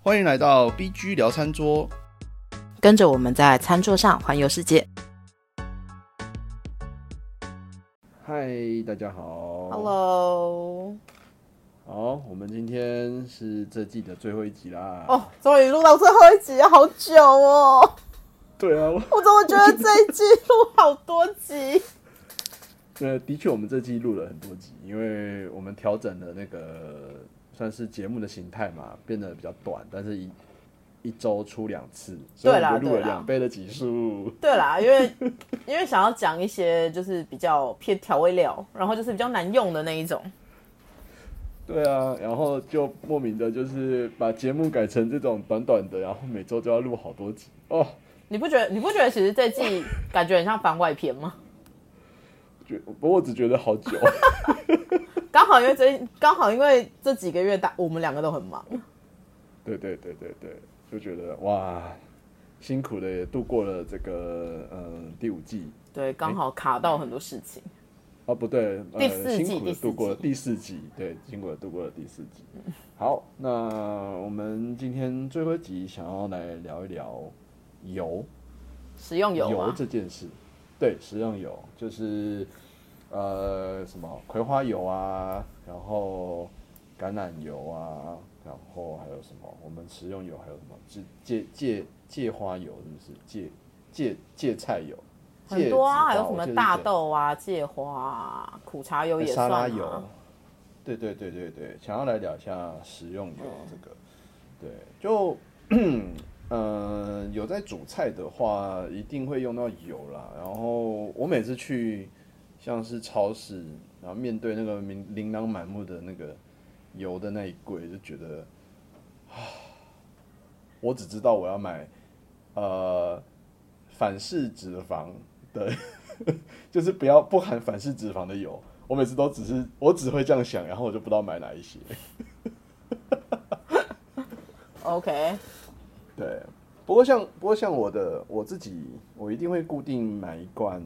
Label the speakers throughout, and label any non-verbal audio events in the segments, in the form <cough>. Speaker 1: 欢迎来到 BG 聊餐桌。
Speaker 2: 跟着我们在餐桌上环游世界。
Speaker 1: 嗨，大家好。
Speaker 2: Hello，
Speaker 1: 好，我们今天是这季的最后一集啦。
Speaker 2: 哦，终于录到最后一集，好久哦！
Speaker 1: 对啊，我
Speaker 2: 我怎么觉得这一季录好多集？
Speaker 1: 呃，的确，我们这季录了很多集，因为我们调整了那个算是节目的形态嘛，变得比较短，但是一一周出两次，所以我
Speaker 2: 对啦
Speaker 1: 们就录了
Speaker 2: 对啦
Speaker 1: 两倍的集数。
Speaker 2: 对啦，因为因为想要讲一些就是比较偏调味料，然后就是比较难用的那一种。
Speaker 1: 对啊，然后就莫名的，就是把节目改成这种短短的，然后每周就要录好多集哦。
Speaker 2: 你不觉得你不觉得其实这季感觉很像番外篇吗？ <laughs>
Speaker 1: 觉不过我只觉得好久，
Speaker 2: 刚好因为这刚好因为这几个月大我们两个都很忙，
Speaker 1: 对对对对对，就觉得哇，辛苦的也度过了这个呃第五季
Speaker 2: 对，刚好卡到很多事情。
Speaker 1: 哦，不对，呃、
Speaker 2: 第四季
Speaker 1: 辛苦
Speaker 2: 第
Speaker 1: 的
Speaker 2: 四
Speaker 1: 度过了
Speaker 2: 季
Speaker 1: 第四季，对，辛苦的度过了第四季。好，那我们今天最后一集想要来聊一聊油
Speaker 2: 食用油吗？
Speaker 1: 这件事，对，食用油就是呃什么葵花油啊，然后橄榄油啊，然后还有什么我们食用油还有什么芥芥芥芥花油是不是芥芥芥菜油？
Speaker 2: 很多啊，还有什
Speaker 1: 芥子花我
Speaker 2: 么
Speaker 1: 记得
Speaker 2: 大
Speaker 1: 是
Speaker 2: 豆啊、芥花啊、苦茶油
Speaker 1: 哎
Speaker 2: 也
Speaker 1: 沙
Speaker 2: 算
Speaker 1: 拉
Speaker 2: 啊。
Speaker 1: 油，对对对对对，想要来聊一下食用油
Speaker 2: 哦
Speaker 1: 这个，对，就呃有在煮菜的话，一定会用到油啦。然后我每次去像是超市，然后面对那个琳琳琅满目的那个油的那一柜，就觉得啊，我只知道我要买呃反式脂肪的 <laughs> 就是不要不含反式脂肪的油。我每次都只是我只会这样想，然后我就不知道买哪一些。 <laughs>
Speaker 2: OK，
Speaker 1: 对，不过像不过像我的我自己，我一定会固定买一罐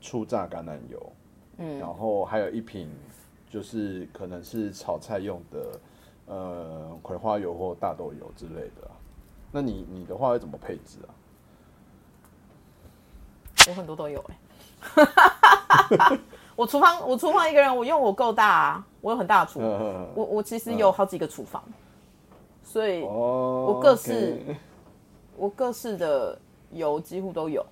Speaker 1: 初榨橄榄油，嗯，然后还有一瓶就是可能是炒菜用的，呃，葵花油或大豆油之类的啊。那你你的话会怎么配置啊？
Speaker 2: 我很多都有哎、欸 <laughs> 我厨房，我厨房一个人，我用我够大、啊，我有很大的厨
Speaker 1: 嗯
Speaker 2: 房，
Speaker 1: 嗯
Speaker 2: 我我其实有好几个厨房，所以
Speaker 1: 嗯 <laughs> 哦，
Speaker 2: 我各式
Speaker 1: OK
Speaker 2: 我各式的油几乎都有。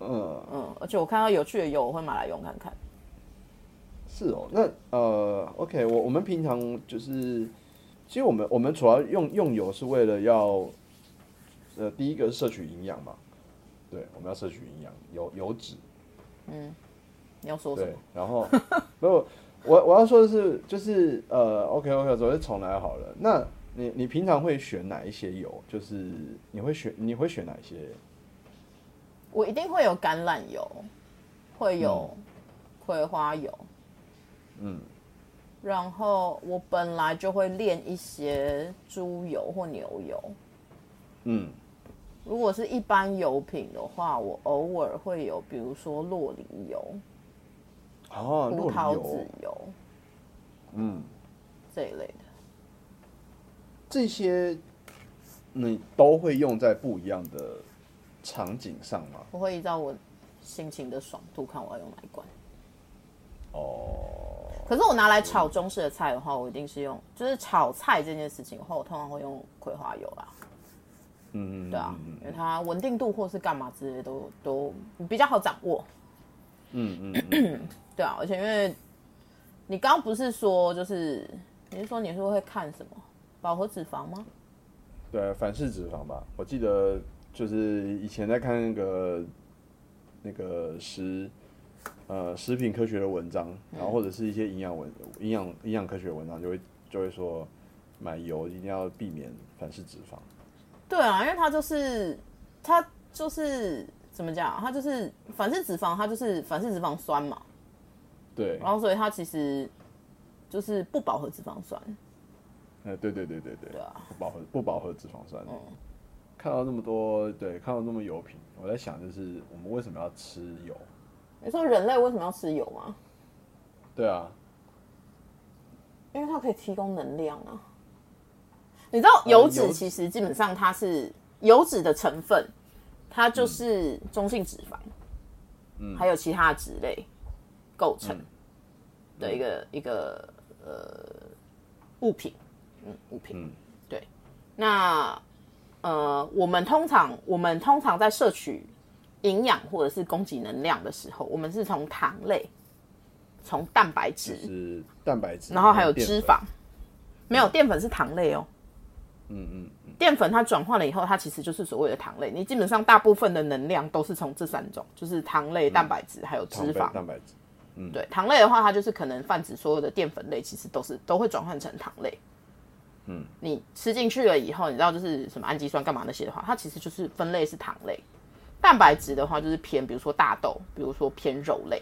Speaker 1: 嗯，
Speaker 2: 嗯，而且我看到有趣的油，我会买来用看看。
Speaker 1: 是哦，那呃，OK，我我们平常就是，其实我们我们主要用用油是为了要，呃，第一个是摄取营养嘛，对，我们要摄取营养，油油脂，
Speaker 2: 你要说什
Speaker 1: 对
Speaker 2: 么？，
Speaker 1: 然后没有，我我要说的是，就是呃，OK OK，昨天重来好了，那你你平常会选哪一些油？就是你会选你会选哪一些？
Speaker 2: 我一定会有橄榄油，会有葵花油，
Speaker 1: 嗯，
Speaker 2: 然后我本来就会炼一些猪油或牛油。
Speaker 1: 嗯
Speaker 2: 如果是一般油品的话，我偶尔会有，比如说洛梨油、
Speaker 1: 哦，
Speaker 2: 葡
Speaker 1: 洛梨
Speaker 2: 萄
Speaker 1: 油
Speaker 2: 籽，油
Speaker 1: 嗯，
Speaker 2: 这一类的。
Speaker 1: 这些你都会用在不一样的场景上吗？
Speaker 2: 我会依照我心情的爽度看我要用哪一罐。
Speaker 1: 哦，
Speaker 2: 可是我拿来炒中式的菜的话，我一定是用，就是炒菜这件事情的话，我通常会用葵花油啦。
Speaker 1: 嗯，
Speaker 2: 对啊，因为它稳定度或是干嘛之类的都都比较好掌握。
Speaker 1: 嗯嗯嗯，
Speaker 2: 对啊，而且因为你刚刚不是说就是你是说你是会看什么饱和脂肪吗？
Speaker 1: 对，啊反式脂肪吧。我记得就是以前在看那个那个食呃食品科学的文章，
Speaker 2: 嗯
Speaker 1: 然后或者是一些营养文营养营养科学的文章，就会就会说买油一定要避免反式脂肪。
Speaker 2: 对啊，因为它就是它就是怎么讲啊，它就是反式脂肪，它就是反式脂肪酸嘛，
Speaker 1: 对，
Speaker 2: 然后所以它其实就是不饱和脂肪酸。
Speaker 1: 呃，对对对对对，
Speaker 2: 对啊嗯
Speaker 1: 不饱和不饱和脂肪酸。看到这么多，对，看到这么油品，我在想，就是我们为什么要吃油？
Speaker 2: 你说人类为什么要吃油吗？
Speaker 1: 对啊，
Speaker 2: 因为它可以提供能量啊。你知道油
Speaker 1: 油
Speaker 2: 脂
Speaker 1: 脂
Speaker 2: 其实基本上它是油脂的成分，它就是中性脂肪，嗯，还有其他的脂类构成的一个、一个呃物品，嗯，物品，对。那呃，我们通常我们通常在摄取营养或者是供给能量的时候，我们是从糖类、从蛋白质、
Speaker 1: 是蛋白质，
Speaker 2: 嗯然后还有
Speaker 1: 淀
Speaker 2: 脂
Speaker 1: 粉
Speaker 2: 肪，，没有淀粉是糖类哦。嗯嗯，淀粉它转换了以后，它其实就是所谓的糖类。你基本上大部分的能量都是从这三种，就是糖类、蛋白质还有脂
Speaker 1: 嗯糖类
Speaker 2: 肪。
Speaker 1: 蛋白质，
Speaker 2: 对，糖类的话，它就是可能泛指所有的淀粉类，其实都是都会转换成糖类。嗯，你吃进去了以后，你知道就是什么氨基酸干嘛那些的话，它其实就是分类是糖类。蛋白质的话，就是偏比如说大豆，比如说偏肉类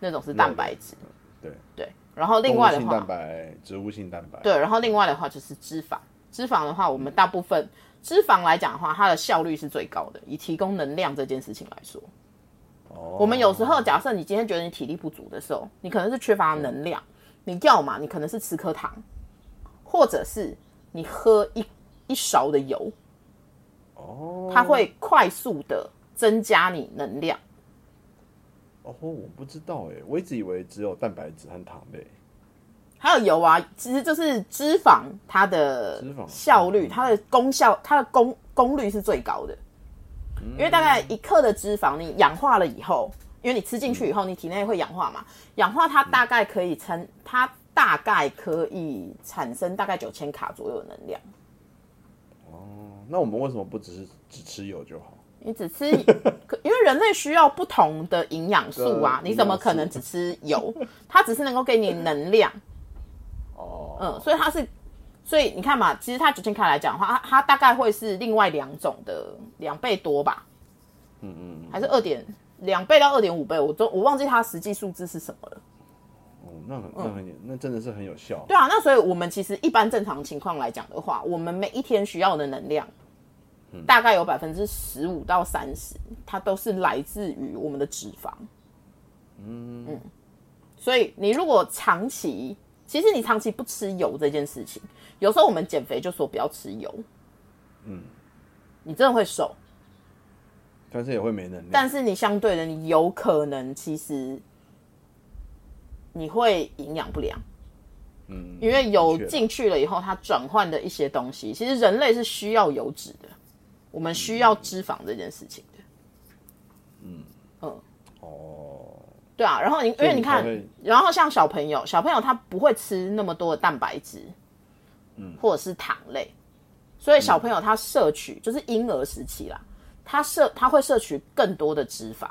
Speaker 2: 那种是蛋白质。
Speaker 1: 对，
Speaker 2: 对，然后另
Speaker 1: 动
Speaker 2: 外
Speaker 1: 物
Speaker 2: 的
Speaker 1: 性
Speaker 2: 话，
Speaker 1: 蛋白、植物性蛋白，
Speaker 2: 对，然后另外的话就是脂肪，脂肪的话，我们大部分脂肪来讲的话，它的效率是最高的。以提供能量这件事情来说，
Speaker 1: 哦，
Speaker 2: 我们有时候假设你今天觉得你体力不足的时候，你可能是缺乏能量，你要嘛你可能是吃颗糖，或者是你喝一一勺的油，
Speaker 1: 哦，
Speaker 2: 它会快速的增加你能量。
Speaker 1: 哦，我不知道哎，我一直以为只有蛋白质和糖类，
Speaker 2: 还有油啊，其实就是脂肪，它的
Speaker 1: 脂肪嗯
Speaker 2: 效率、它的功效、它的功功率是最高的。因为大概一克的脂肪，你氧化了以后，因为你吃进去以后，你体内会氧化嘛，氧化它大概可以产，它大概可以产生大概九千卡左右的能量。
Speaker 1: 哦，那我们为什么不只是只吃油就好？
Speaker 2: 你
Speaker 1: <laughs>
Speaker 2: 只吃，可因为人类需要不同的营养素啊，
Speaker 1: 对
Speaker 2: 你怎么可
Speaker 1: 营
Speaker 2: 能
Speaker 1: 养
Speaker 2: 只吃油？它只是能够给你能量，
Speaker 1: 哦，
Speaker 2: 嗯，所以它是，所以你看嘛，其实它九千卡来讲的话，它它大概会是另外两种的两倍多吧，嗯嗯，还是二点两倍到二点五倍，我都我忘记它实际数字是什么了。
Speaker 1: 哦，那很那很那真的是很有效，
Speaker 2: 嗯对啊，那所以我们其实一般正常情况来讲的话，我们每一天需要的能量，大概有百分之十五到三十，它都是来自于我们的脂肪。嗯所以你如果长期，其实你长期不吃油这件事情，有时候我们减肥就说不要吃油，嗯，你真的会瘦，
Speaker 1: 但是也会没能量，
Speaker 2: 但是你相对的，你有可能其实你会营养不良，嗯，因为油
Speaker 1: 的确
Speaker 2: 进去了以后，它转换的一些东西，其实人类是需要油脂的，我们需要脂肪这件事情的，
Speaker 1: 哦，
Speaker 2: 对啊。然后你因为
Speaker 1: 所以
Speaker 2: 你
Speaker 1: 你才
Speaker 2: 看
Speaker 1: 会，
Speaker 2: 然后像小朋友，小朋友他不会吃那么多的蛋白质，嗯，或者是糖类，所以
Speaker 1: 嗯
Speaker 2: 小朋友他摄取、就是婴儿时期啦，他摄他会摄取更多的脂肪，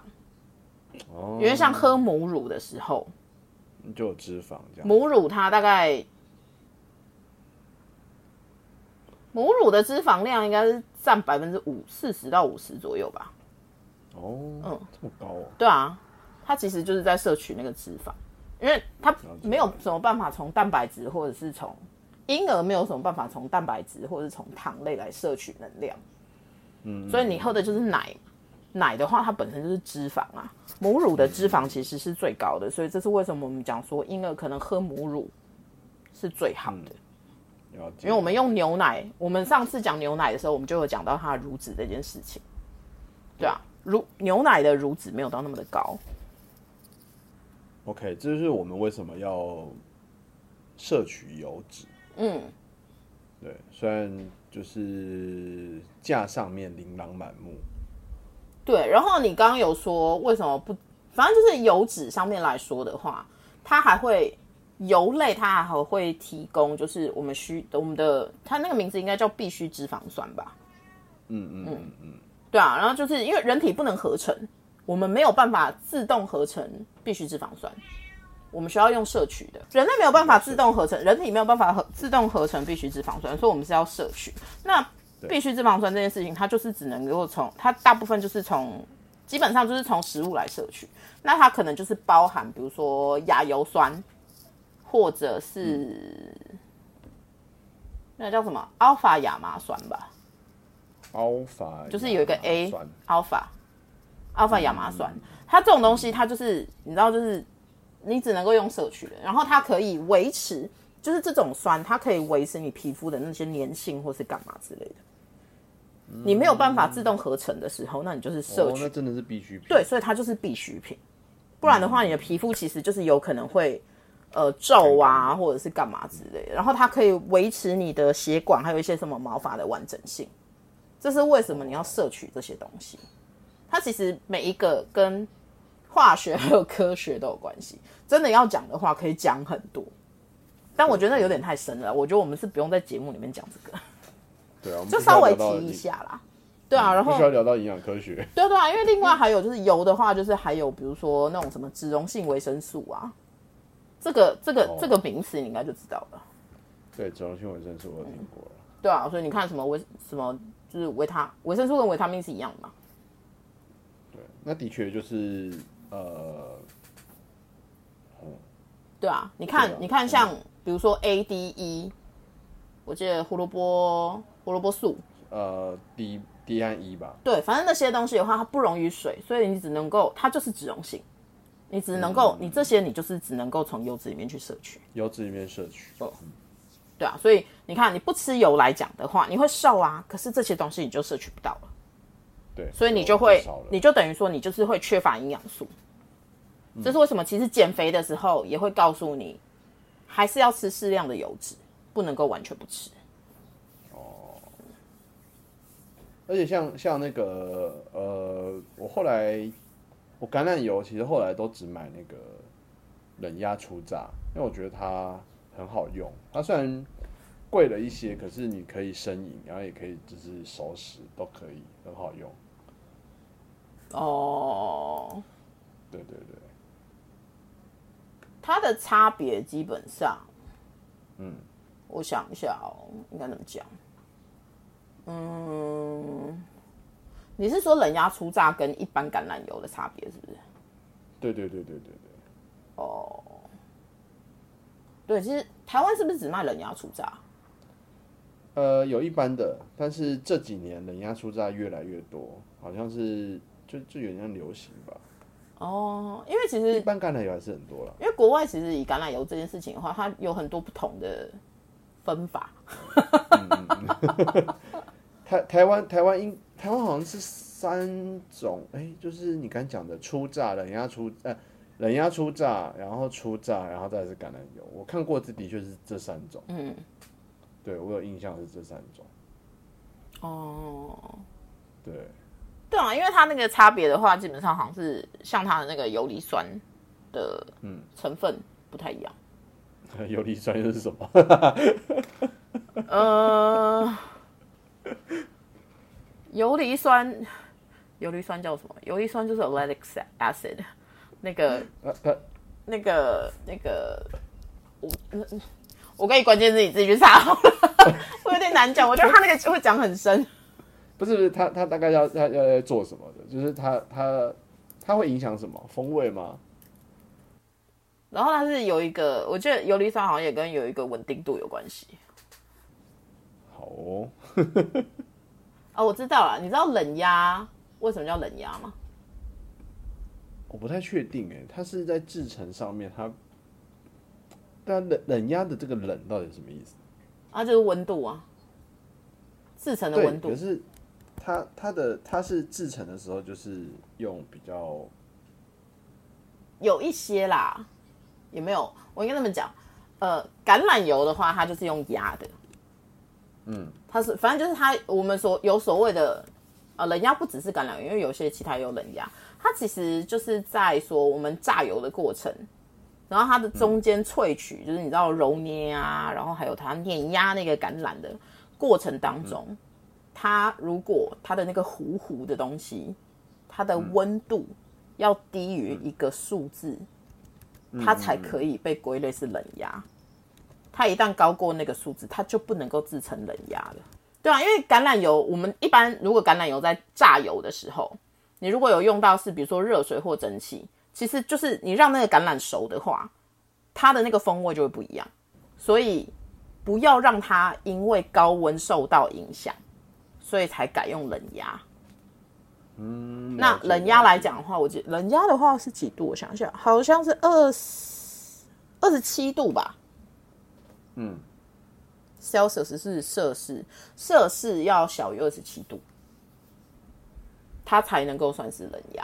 Speaker 1: 哦，
Speaker 2: 因为像喝母乳的时候。
Speaker 1: 就有脂肪这样，
Speaker 2: 母乳它大概母乳的脂肪量应该是占百分之五四十到五十左右吧？
Speaker 1: 哦，嗯，这么高哦，
Speaker 2: 对啊，它其实就是在摄取那个脂肪，因为它
Speaker 1: 解
Speaker 2: 没有什么办法从蛋白质或者是从婴儿没有什么办法从蛋白质或者是从糖类来摄取能量。嗯，所以你喝的就是奶。奶的话，它本身就是脂肪啊，母乳的脂肪其实是最高的，所以这是为什么我们讲说婴儿可能喝母乳是最好的。
Speaker 1: 了解，
Speaker 2: 因为我们用牛奶，我们上次讲牛奶的时候，我们就有讲到它的乳脂这件事情，对啊，乳牛奶的乳脂没有到那么的高，
Speaker 1: OK，这就是我们为什么要摄取油脂。嗯，对，虽然就是架上面琳琅满目，
Speaker 2: 对。然后你刚刚有说为什么不，反正就是油脂上面来说的话，它还会油类，它还会提供就是我们需我们的它那个名字应该叫必需脂肪酸吧，
Speaker 1: 嗯嗯嗯嗯，
Speaker 2: 对啊，然后就是因为人体不能合成，我们没有办法自动合成必需脂肪酸，我们需要用摄取的。人类没有办法自动合成，人体没有办法合自动合成必需脂肪酸，所以我们是要摄取。那必需脂肪酸这件事情，它就是只能够从它大部分就是从基本上就是从食物来摄取，那它可能就是包含比如说亚油酸，或者是、那叫什么 α 法亚麻酸吧。
Speaker 1: 凹法
Speaker 2: 就是有一个 A
Speaker 1: 酸嗯
Speaker 2: alpha alpha 亚麻酸，它这种东西它就是你知道就是你只能够用摄取的，然后它可以维持，就是这种酸，它可以维持你皮肤的那些粘性或是干嘛之类的。你没有办法自动合成的时候，那你就是摄
Speaker 1: 哦，
Speaker 2: 取
Speaker 1: 那真的是必需品。
Speaker 2: 对，，所以它就是必需品，不然的
Speaker 1: 嗯
Speaker 2: 话，你的皮肤其实就是有可能会呃皱啊，或者是干嘛之类的。然后它可以维持你的血管，还有一些什么毛发的完整性。这是为什么你要摄取这些东西？它其实每一个跟化学还有科学都有关系。真的要讲的话，可以讲很多，但我觉得有点太深了。我觉得我们是不用在节目里面讲
Speaker 1: <laughs>
Speaker 2: 这个，
Speaker 1: 对啊，我们
Speaker 2: 就
Speaker 1: 不需要
Speaker 2: 稍微
Speaker 1: 聊到
Speaker 2: 提一下啦。对啊，然
Speaker 1: 不
Speaker 2: 后
Speaker 1: 需要聊到营养科学。 <laughs>
Speaker 2: 对啊对啊，因为另外
Speaker 1: 嗯
Speaker 2: 还有就是油的话，就是还有比如说那种什么脂溶性维生素啊，这个这个、
Speaker 1: 哦
Speaker 2: 这个名词你应该就知道了。
Speaker 1: 对，脂溶性维生素我有听过了。
Speaker 2: 对啊，所以你看什么维什么就是维他维生素跟维他命是一样的嘛。
Speaker 1: 对，那的确就是呃，
Speaker 2: 对啊，你看、
Speaker 1: 对啊
Speaker 2: 你看像比如说 A D E，我记得胡萝卜胡萝卜素，
Speaker 1: 呃低低和一吧，
Speaker 2: 对，反正那些东西的话，它不溶于水，所以你只能够它就是脂溶性，你只能够、
Speaker 1: 嗯
Speaker 2: 你这些你就是只能够从油脂里面去摄取。
Speaker 1: 油脂里面摄取。嗯
Speaker 2: 哦对啊，所以你看，你不吃油来讲的话，你会瘦啊，可是这些东西你就摄取不到了，
Speaker 1: 对，
Speaker 2: 所以你就会
Speaker 1: 哦少了，
Speaker 2: 你就等于说你就是会缺乏营养素。这是为什么？其实减肥的时候也会告诉你，还是要吃适量的油脂，不能够完全不吃。
Speaker 1: 而且像像那个呃，我后来我橄榄油其实后来都只买那个冷压初榨，因为我觉得它很好用。它虽然贵了一些，可是你可以生饮，然后也可以就是熟食都可以，很好用。
Speaker 2: 哦，
Speaker 1: 对对对，
Speaker 2: 它的差别基本上，嗯，我想一下哦，应该怎么讲？嗯，你是说冷压初榨跟一般橄榄油的差别是不是？
Speaker 1: 对对对对对对，
Speaker 2: 哦，对，其实台湾是不是只卖冷压初榨？
Speaker 1: 呃，有一般的，但是这几年冷压初榨越来越多，好像是就就有点像流行吧。
Speaker 2: 哦，因为其
Speaker 1: 一
Speaker 2: 实
Speaker 1: 般橄榄油还是很多啦。
Speaker 2: 因为国外其实以橄榄油这件事情的话，它有很多不同的分法。
Speaker 1: 台台湾台湾应台湾好像是三种，哎、就是你刚讲的初榨、冷压初呃冷压初榨，然后初榨，然后再来是橄榄油。我看过，这的确是这三种。
Speaker 2: 嗯，
Speaker 1: 对我有印象是这三种。
Speaker 2: 哦，
Speaker 1: 对， <laughs>
Speaker 2: 对啊，因为它那个差别的话，基本上好像是像它的那个游离酸的成分不太一样。
Speaker 1: 游离酸又是什么？
Speaker 2: 呃，游离酸，游离酸叫什么？游离酸就是 oleic acid，那个
Speaker 1: 呃呃
Speaker 2: 那个那个，我嗯我跟你关键字你自己去查好了， <laughs> 我有点难讲。我觉得他那个会讲很深。
Speaker 1: <laughs> 不是不是，它它大概要要要要做什么的？就是它它它会影响什么风味吗？
Speaker 2: 然后它是有一个，我记得游离酸好像也跟有一个稳定度有关系。
Speaker 1: 好哦，
Speaker 2: 哦，我知道了，你知道冷压为什么叫冷压吗？
Speaker 1: 我不太确定哎，它是在制成上面它。但冷冷压的这个冷到底是什么意思？
Speaker 2: 啊，就是温度啊，制成的
Speaker 1: 对，
Speaker 2: 温度
Speaker 1: 可。是它它的它是制成的时候就是用比较哦
Speaker 2: 有一些啦，也没有，我应该这么讲，呃，橄榄油的话，它就是用压的，
Speaker 1: 嗯，
Speaker 2: 它是反正就是它我们所有所谓的呃冷压，不只是橄榄油，因为有些其他也有冷压，它其实就是在说我们榨油的过程，然后它的中间萃取，就是你知道揉捏啊，然后还有它碾压那个橄榄的过程当中，它如果它的那个糊糊的东西，它的温度要低于一个数字，它才可以被归类是冷压。它一旦高过那个数字，它就不能够制成冷压了。对啊，因为橄榄油，我们一般如果橄榄油在榨油的时候，你如果有用到是比如说热水或蒸汽，其实就是你让那个橄榄熟的话，它的那个风味就会不一样。所以不要让它因为高温受到影响，所以才改用冷压。
Speaker 1: 嗯，
Speaker 2: 那
Speaker 1: 了解
Speaker 2: 冷压来讲的话，我记得冷压的话是啊几度？我想一下，好像是二十二十七度吧。
Speaker 1: 嗯
Speaker 2: Celsius 是摄氏，摄氏要小于二十七度，它才能够算是冷压。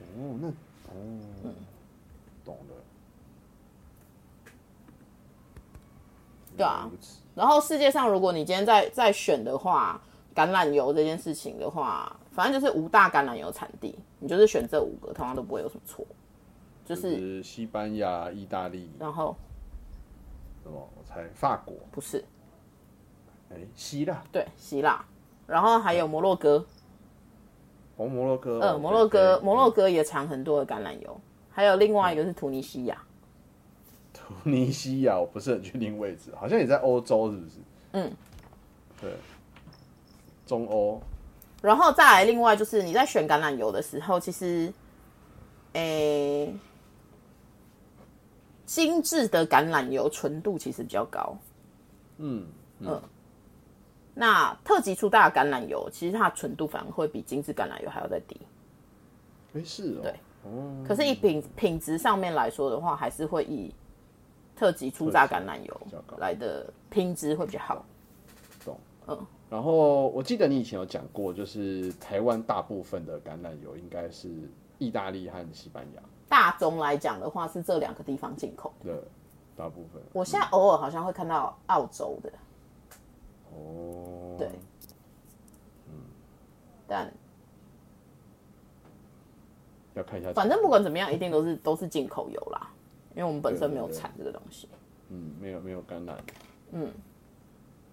Speaker 1: 哦，那哦，懂了。
Speaker 2: 对啊
Speaker 1: 如此
Speaker 2: 然后世界上，如果你今天在在选的话，橄榄油这件事情的话，反正就是五大橄榄油产地，你就是选这五个，通常都不会有什么错。就，
Speaker 1: 就是是西班牙、意大利，
Speaker 2: 然后
Speaker 1: 什么？我猜法国，
Speaker 2: 不是
Speaker 1: 哎，希腊，
Speaker 2: 对希腊，然后还有摩洛哥，
Speaker 1: 哦，摩洛哥，
Speaker 2: 呃，
Speaker 1: 哦
Speaker 2: 摩洛哥，摩洛，
Speaker 1: 对对
Speaker 2: 哥也产很多的橄榄油，还有另外一个是突尼西亚，
Speaker 1: 嗯突尼西亚，我不是很确定位置，好像也在欧洲，是不是？
Speaker 2: 嗯，
Speaker 1: 对，中欧，
Speaker 2: 然后再来另外就是你在选橄榄油的时候，其实，诶、精致的橄榄油纯度其实比较高。
Speaker 1: 嗯嗯
Speaker 2: 嗯，那特级初大的橄榄油，其实它的纯度反而会比精致橄榄油还要再低。
Speaker 1: 哎，是哦，
Speaker 2: 对，
Speaker 1: 哦，
Speaker 2: 可是以品品质上面来说的话，还是会以特级初榨橄榄油
Speaker 1: 比较高
Speaker 2: 来的品质会比较好。
Speaker 1: 然后我记得你以前有讲过，就是台湾大部分的橄榄油应该是意大利和西班牙
Speaker 2: 大宗来讲的话，是这两个地方进口。
Speaker 1: 的大部分。
Speaker 2: 我现在偶尔好像会看到澳洲的，
Speaker 1: 哦，
Speaker 2: 对，
Speaker 1: 嗯
Speaker 2: 但
Speaker 1: 要看一下，
Speaker 2: 反正不管怎么样，一定都是都是进口油啦，因为我们本身没有
Speaker 1: 对对对
Speaker 2: 产这个东西。
Speaker 1: 嗯，没有没有橄榄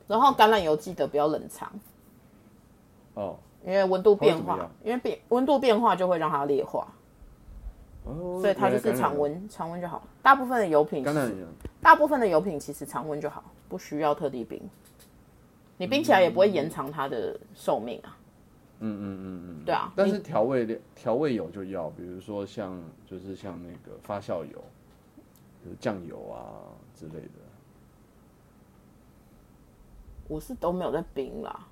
Speaker 2: 然后橄榄油记得不要冷藏，
Speaker 1: 哦，
Speaker 2: 因为温度变
Speaker 1: 它会怎么
Speaker 2: 化
Speaker 1: 样，
Speaker 2: 因为变温度变化就会让它劣化，
Speaker 1: 哦，
Speaker 2: 所以它就
Speaker 1: 原
Speaker 2: 是
Speaker 1: 来橄榄
Speaker 2: 常温，常温就好了。大部分的油品
Speaker 1: 橄
Speaker 2: 其
Speaker 1: 榄
Speaker 2: 实，
Speaker 1: 油
Speaker 2: 大部分的油品其实常温就好，不需要特地冰，你冰起来也不会延长它的寿命啊。
Speaker 1: 嗯嗯嗯嗯，
Speaker 2: 对啊
Speaker 1: 但
Speaker 2: 你
Speaker 1: 是调味料调味油就要，比如说像就是像那个发酵油，就是酱油啊之类的，
Speaker 2: 我是都没有在冰啦，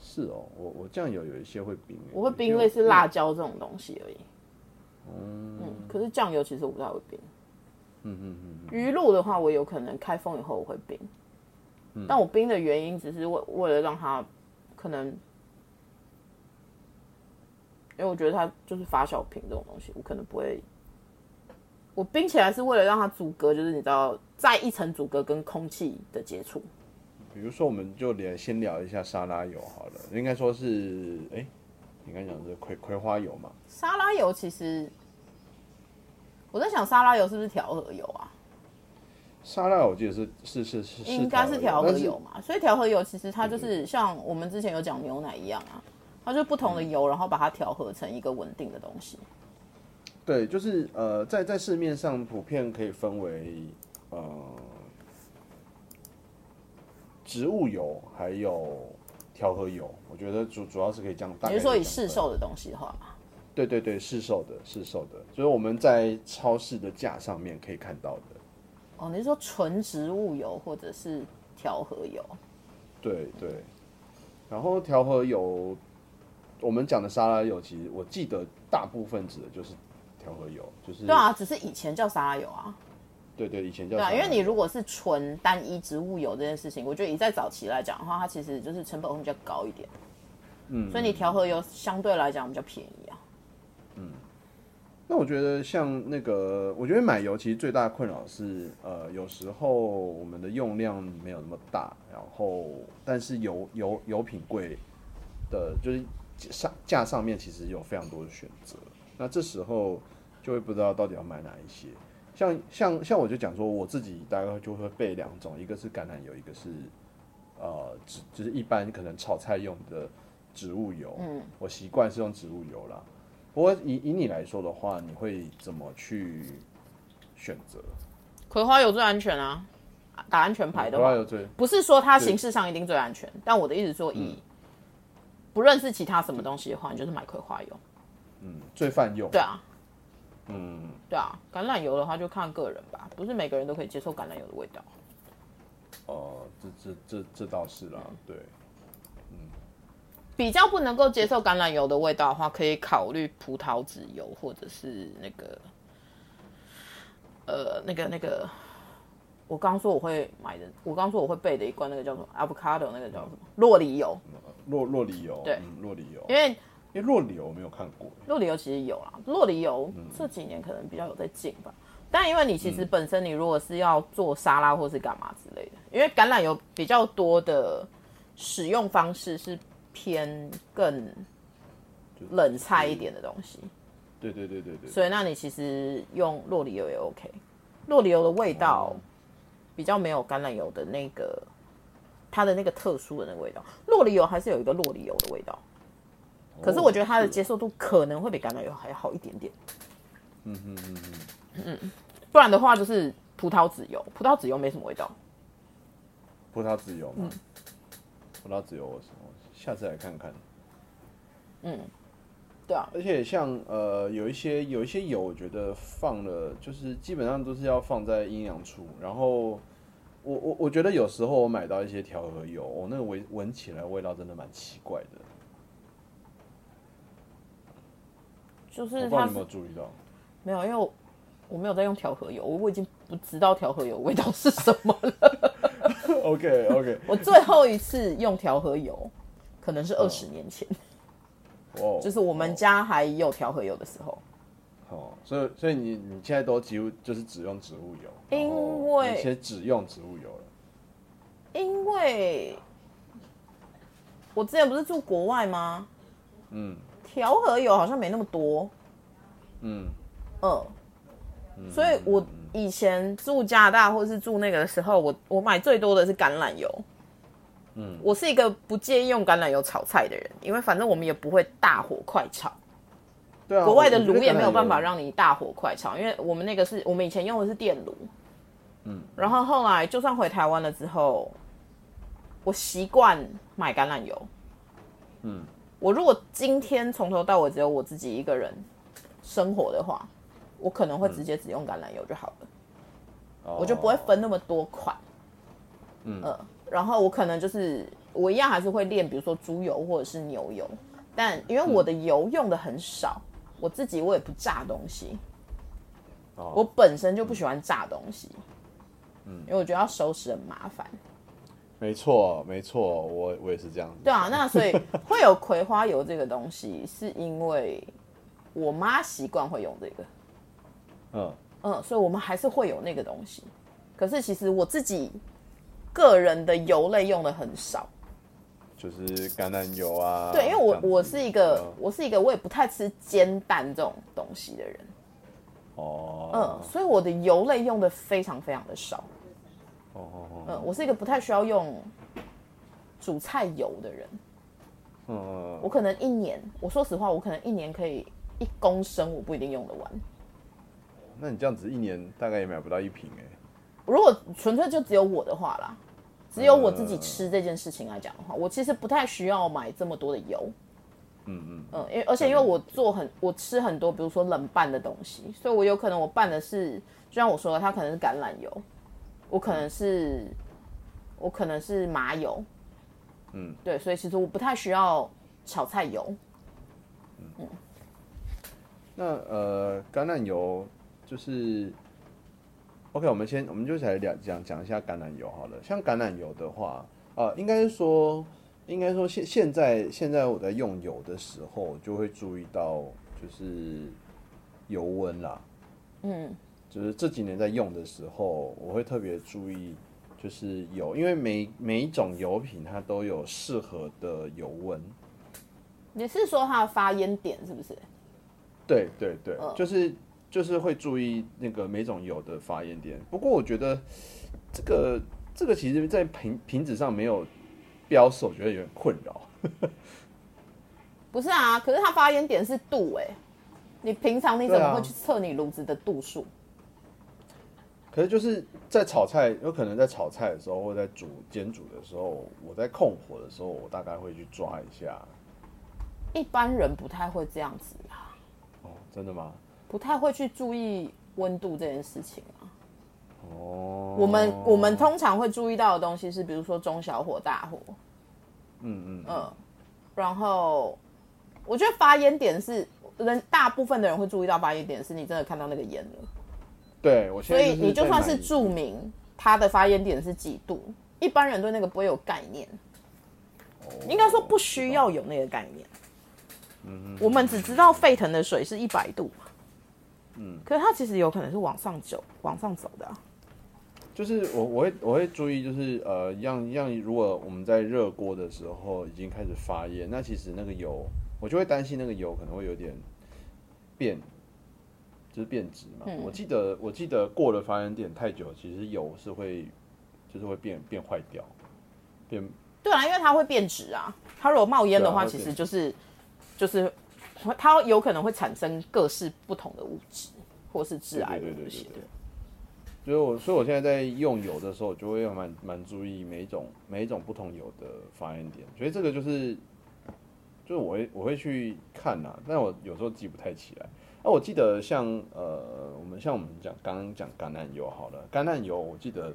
Speaker 1: 是哦，我我酱油有一些会冰欸，
Speaker 2: 我会冰
Speaker 1: 因
Speaker 2: 类
Speaker 1: 为
Speaker 2: 是辣椒这种东西而已。
Speaker 1: 哦
Speaker 2: 嗯，可是酱油其实我不太会冰。
Speaker 1: 嗯嗯嗯嗯，
Speaker 2: 鱼露的话，我有可能开封以后我会冰，
Speaker 1: 嗯
Speaker 2: 但我冰的原因只是为为了让它可能，因为我觉得它就是发酵品这种东西，我可能不会。我冰起来是为了让它阻隔，就是你知道，再一层阻隔跟空气的接触。
Speaker 1: 比如说我们就聊先聊一下沙拉油好了，应该说是哎、你刚讲的是葵葵花油嘛，
Speaker 2: 沙拉油其实，我在想沙拉油是不是调和油啊？
Speaker 1: 沙拉油我记得是是是是嗯
Speaker 2: 应该是调和油，嘛，所以调和油其实它就
Speaker 1: 对
Speaker 2: 是像我们之前有讲牛奶一样啊，它就是
Speaker 1: 嗯
Speaker 2: 不同的油，然后把它调和成一个稳定的东西。
Speaker 1: 但是对，就是呃，在在市面上普遍可以分为呃植物油还有调和油，我觉得主主要是可以这样大
Speaker 2: 你
Speaker 1: 概可这
Speaker 2: 是
Speaker 1: 样
Speaker 2: 说
Speaker 1: 分。
Speaker 2: 以市售的东西的话嘛，
Speaker 1: 对对对，市售的市售的，就是我们在超市的架上面可以看到的。
Speaker 2: 哦，你是说纯植物油或者是调和油？
Speaker 1: 对对，然后调和油，我们讲的沙拉油，其实我记得大部分指的就是调和油，就是
Speaker 2: 对啊，只是以前叫沙拉油啊，
Speaker 1: 对对以前叫沙
Speaker 2: 对
Speaker 1: 拉
Speaker 2: 啊，
Speaker 1: 油
Speaker 2: 因为你如果是纯单一植物油这件事情，我觉得以在早期来讲的话，它其实就是成本会比较高一点，
Speaker 1: 嗯，
Speaker 2: 所以你调和油相对来讲比较便宜啊。
Speaker 1: 那我觉得像那个，我觉得买油其实最大的困扰是，呃，有时候我们的用量没有那么大，然后但是油油油品贵的，就是上架上面其实有非常多的选择，那这时候就会不知道到底要买哪一些。像像像我就讲说，我自己大概就会备两种，一个是橄榄油，一个是呃，只就是一般可能炒菜用的植物油。嗯，我习惯是用植物油啦。不过以以你来说的话，你会怎么去选择？
Speaker 2: 葵花油最安全啊，打安全牌的
Speaker 1: 葵
Speaker 2: 话
Speaker 1: 花，油最
Speaker 2: 不是说它形式上一定最安全，但我的意思说，以不认识其他什么东西的话，你就是买葵花油。
Speaker 1: 嗯最泛用。
Speaker 2: 对啊，
Speaker 1: 嗯，
Speaker 2: 对啊，橄榄油的话就看个人吧，不是每个人都可以接受橄榄油的味道。
Speaker 1: 哦、这这这这倒是啦，
Speaker 2: 嗯
Speaker 1: 对。
Speaker 2: 比较不能够接受橄榄油的味道的话，可以考虑葡萄籽油或者是那个，呃，那个那个，我刚说我会买的，我刚说我会备的一罐那个叫什么 avocado 那个叫什么洛梨油，
Speaker 1: 嗯洛洛里油，
Speaker 2: 对
Speaker 1: 嗯，洛里油，
Speaker 2: 因为
Speaker 1: 因为洛里油我没有看过，
Speaker 2: 洛梨油其实有啦，洛梨油
Speaker 1: 嗯
Speaker 2: 这几年可能比较有在进吧。但因为你其实本身你如果是要做沙拉或是干嘛之类的，因为橄榄油比较多的使用方式是偏更冷菜一点的东西，
Speaker 1: 对对对对对，
Speaker 2: 所以那你其实用洛梨油也 OK。洛梨油的味道
Speaker 1: 哦
Speaker 2: 比较没有橄榄油的那个它的那个特殊的那个味道，洛梨油还是有一个洛梨油的味道，
Speaker 1: 哦
Speaker 2: 可是我觉得它的接受度可能会比橄榄油还要好一点点。
Speaker 1: 嗯嗯嗯嗯，
Speaker 2: 不然的话就是葡萄籽油，葡萄籽油没什么味道。
Speaker 1: 葡萄籽油嘛，
Speaker 2: 嗯
Speaker 1: 葡萄籽油我我下次来看看。
Speaker 2: 对啊，
Speaker 1: 而且像呃有一些有一些油，我觉得放了就是基本上都是要放在阴凉处。然后我我我觉得有时候我买到一些调和油，我、那个闻闻起来味道真的蛮奇怪的。
Speaker 2: 就
Speaker 1: 我不
Speaker 2: 是
Speaker 1: 知道你
Speaker 2: 它
Speaker 1: 有没有
Speaker 2: 是
Speaker 1: 注意到， <laughs>
Speaker 2: 没有，因为我我没有在用调和油，我我已经不知道调和油味道是什么了。 <laughs>
Speaker 1: OK OK，
Speaker 2: 我最后一次用调和油，可能是二十年前，
Speaker 1: 嗯哦，
Speaker 2: <laughs> 就是我们家还有调和油的时候。
Speaker 1: 哦，所以所以你你现在都几乎就是只用植物油，
Speaker 2: 因
Speaker 1: 然后
Speaker 2: 为
Speaker 1: 有一些只用植物油了。
Speaker 2: 因为我之前不是住国外吗？
Speaker 1: 嗯
Speaker 2: 调和油好像没那么多，
Speaker 1: 嗯，
Speaker 2: 嗯，所以我以前住加拿大或是住那个的时候，我我买最多的是橄榄油。
Speaker 1: 嗯，
Speaker 2: 我是一个不介意用橄榄油炒菜的人，因为反正我们也不会大火快炒。
Speaker 1: 对啊，
Speaker 2: 国外的
Speaker 1: 我觉得
Speaker 2: 炉也
Speaker 1: 橄榄
Speaker 2: 没有办法
Speaker 1: 油
Speaker 2: 让你大火快炒，因为我们那个是我们以前用的是电炉。嗯，然后后来就算回台湾了之后，我习惯买橄榄油。
Speaker 1: 嗯，
Speaker 2: 我如果今天从头到尾只有我自己一个人生活的话，我可能会直接只用橄榄油就好了，我就不会
Speaker 1: 哦
Speaker 2: 分那么多款。
Speaker 1: 嗯
Speaker 2: 呃，然后我可能就是我一样还是会练，比如说猪油或者是牛油，但因为我的
Speaker 1: 嗯
Speaker 2: 油用的很少，我自己我也不炸东西，
Speaker 1: 哦
Speaker 2: 我本身就不喜欢炸东西，嗯，因为我觉得要收拾很麻烦。
Speaker 1: 没错，没错，我我也是这样子。
Speaker 2: 对啊，那所以会有葵花油这个东西，是因为我妈习惯会用这个，
Speaker 1: 嗯，
Speaker 2: 嗯，所以我们还是会有那个东西。可是其实我自己个人的油类用的很少，
Speaker 1: 就是橄榄油啊。
Speaker 2: 对，因为我
Speaker 1: 这样子
Speaker 2: 我是一个
Speaker 1: 嗯
Speaker 2: 我是一个我也不太吃煎蛋这种东西的人，
Speaker 1: 哦，
Speaker 2: 嗯，所以我的油类用的非常非常的少，
Speaker 1: 哦哦哦，
Speaker 2: 嗯，我是一个不太需要用煮菜油的人，
Speaker 1: 嗯
Speaker 2: 我可能一年，我说实话，我可能一年可以一公升，我不一定用得完。
Speaker 1: 那你这样子一年大概也买不到一瓶哎、
Speaker 2: 如果纯粹就只有我的话啦，只有我自
Speaker 1: 嗯
Speaker 2: 己吃这件事情来讲的话，我其实不太需要买这么多的油。
Speaker 1: 嗯嗯，
Speaker 2: 嗯，因为而且因为我做很我吃很多，比如说冷拌的东西，所以我有可能我拌的是，就像我说的，它可能是橄榄油，我可能是我可能是麻油，
Speaker 1: 嗯，
Speaker 2: 对，所以其实我不太需要炒菜油。
Speaker 1: 那呃，橄榄油就是，OK，我们先我们就来聊讲讲一下橄榄油好了。像橄榄油的话，呃，应该说应该说现现在现在我在用油的时候，就会注意到就是油温啦。
Speaker 2: 嗯，
Speaker 1: 就是这几年在用的时候，我会特别注意，就是油，因为每每一种油品它都有适合的油温。
Speaker 2: 你是说它的发烟点是不是？
Speaker 1: 对对对，
Speaker 2: 嗯
Speaker 1: 就是就是会注意那个每种油的发烟点。不过我觉得这个这个其实在瓶瓶子上没有标示，我觉得有点困扰。
Speaker 2: 不是啊，可是它发烟点是度哎、你平常你怎
Speaker 1: 对
Speaker 2: 么
Speaker 1: 啊
Speaker 2: 会去测你炉子的度数？
Speaker 1: 可是就是在炒菜，有可能在炒菜的时候，或者在煮煎煮的时候，我在控火的时候，我大概会去抓一下。
Speaker 2: 一般人不太会这样子啊，
Speaker 1: 哦，真的吗？
Speaker 2: 不太会去注意温度这件事情啊。
Speaker 1: 哦，
Speaker 2: 我们我们通常会注意到的东西是，比如说中小火、大火，
Speaker 1: 嗯嗯
Speaker 2: 嗯，然后我觉得发烟点是人大部分的人会注意到发烟点，是你真的看到那个烟了，
Speaker 1: 对，我现
Speaker 2: 所
Speaker 1: 在
Speaker 2: 以你就
Speaker 1: 在
Speaker 2: 算
Speaker 1: 买
Speaker 2: 是著名，它的发烟点是几度，一般人对那个不会有概念，应该说不需要有那个概念。我们只知道沸腾的水是一百度嘛，嗯，可是它其实有可能是往上走、往上走的啊、
Speaker 1: 就是我我会我会注意，就是呃，让让如果我们在热锅的时候已经开始发烟，那其实那个油，我就会担心那个油可能会有点变，就是变质嘛。我记得我记得过了发烟点太久，其实油是会就是会变变坏掉，变
Speaker 2: 对啊，因为它会变质啊，它如果冒烟的话，
Speaker 1: 对啊
Speaker 2: 其
Speaker 1: 会
Speaker 2: 实
Speaker 1: 变
Speaker 2: 就是就是会它有可能会产生各式不同的物质，或是致癌
Speaker 1: 对
Speaker 2: 的
Speaker 1: 对对
Speaker 2: 东
Speaker 1: 对
Speaker 2: 西
Speaker 1: 对。对。所以我所以我现在在用油的时候，我就会蛮蛮注意每一种每一种不同油的发烟点，所以这个就是就是我会我会去看呐、但我有时候记不太起来。那、我记得像呃，我们像我们讲刚刚讲橄榄油好了，橄榄油我记得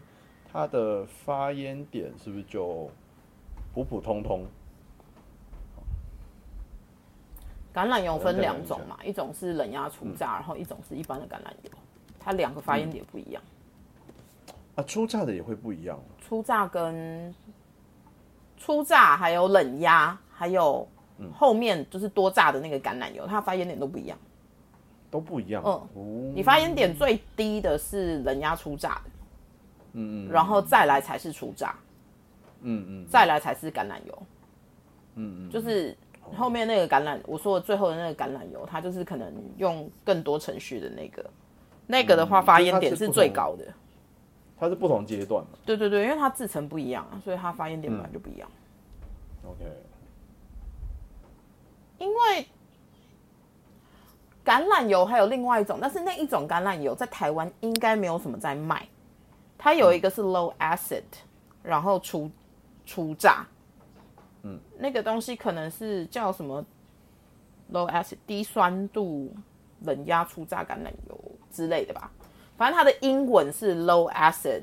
Speaker 1: 它的发烟点是不是就普普通通？
Speaker 2: 橄榄油分两种
Speaker 1: 我
Speaker 2: 嘛，一种是冷压初榨，然后一种是一般的橄榄油，它两个发烟点不一样，
Speaker 1: 啊，初榨的也会不一样。
Speaker 2: 初榨跟初榨还有冷压，还有后面就是多榨的那个橄榄油，它发烟点都不一样。
Speaker 1: 都不一样。
Speaker 2: 嗯
Speaker 1: 哦
Speaker 2: 你发烟点最低的是冷压初榨的，嗯，然后再来才是初榨，
Speaker 1: 嗯嗯，
Speaker 2: 再来才是橄榄油，嗯嗯，就是后面那个橄榄，我说的最后的那个橄榄油，它就是可能用更多程序的那个，那个的话
Speaker 1: 嗯
Speaker 2: 发烟点
Speaker 1: 就是它是
Speaker 2: 是
Speaker 1: 不同
Speaker 2: 最高的，
Speaker 1: 它是不同阶段嘛。
Speaker 2: 对对对，因为它制成不一样啊，所以它发烟点本来就不一样。
Speaker 1: OK。
Speaker 2: 因为橄榄油还有另外一种，但是那一种橄榄油在台湾应该没有什么在卖。它有一个是 low acid，然后除除榨，嗯，那个东西可能是叫什么 low acid 低酸度冷压初榨橄榄油之类的吧。反正它的英文是 low acid，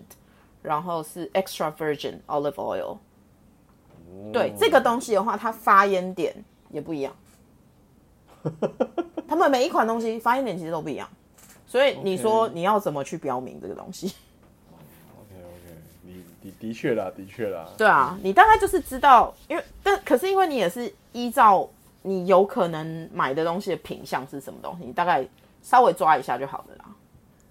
Speaker 2: 然后是 extra virgin olive oil。对这个东西的话，它发烟点也不一样。他们每一款东西发烟点其实都不一样，所以你说
Speaker 1: OK
Speaker 2: 你要怎么去标明这个东西？ <laughs>
Speaker 1: OK OK，你的的确啦，的确啦，
Speaker 2: 对啊，你大概就是知道，因为但可是因为你也是依照你有可能买的东西的品相是什么东西，你大概稍微抓一下就好了啦。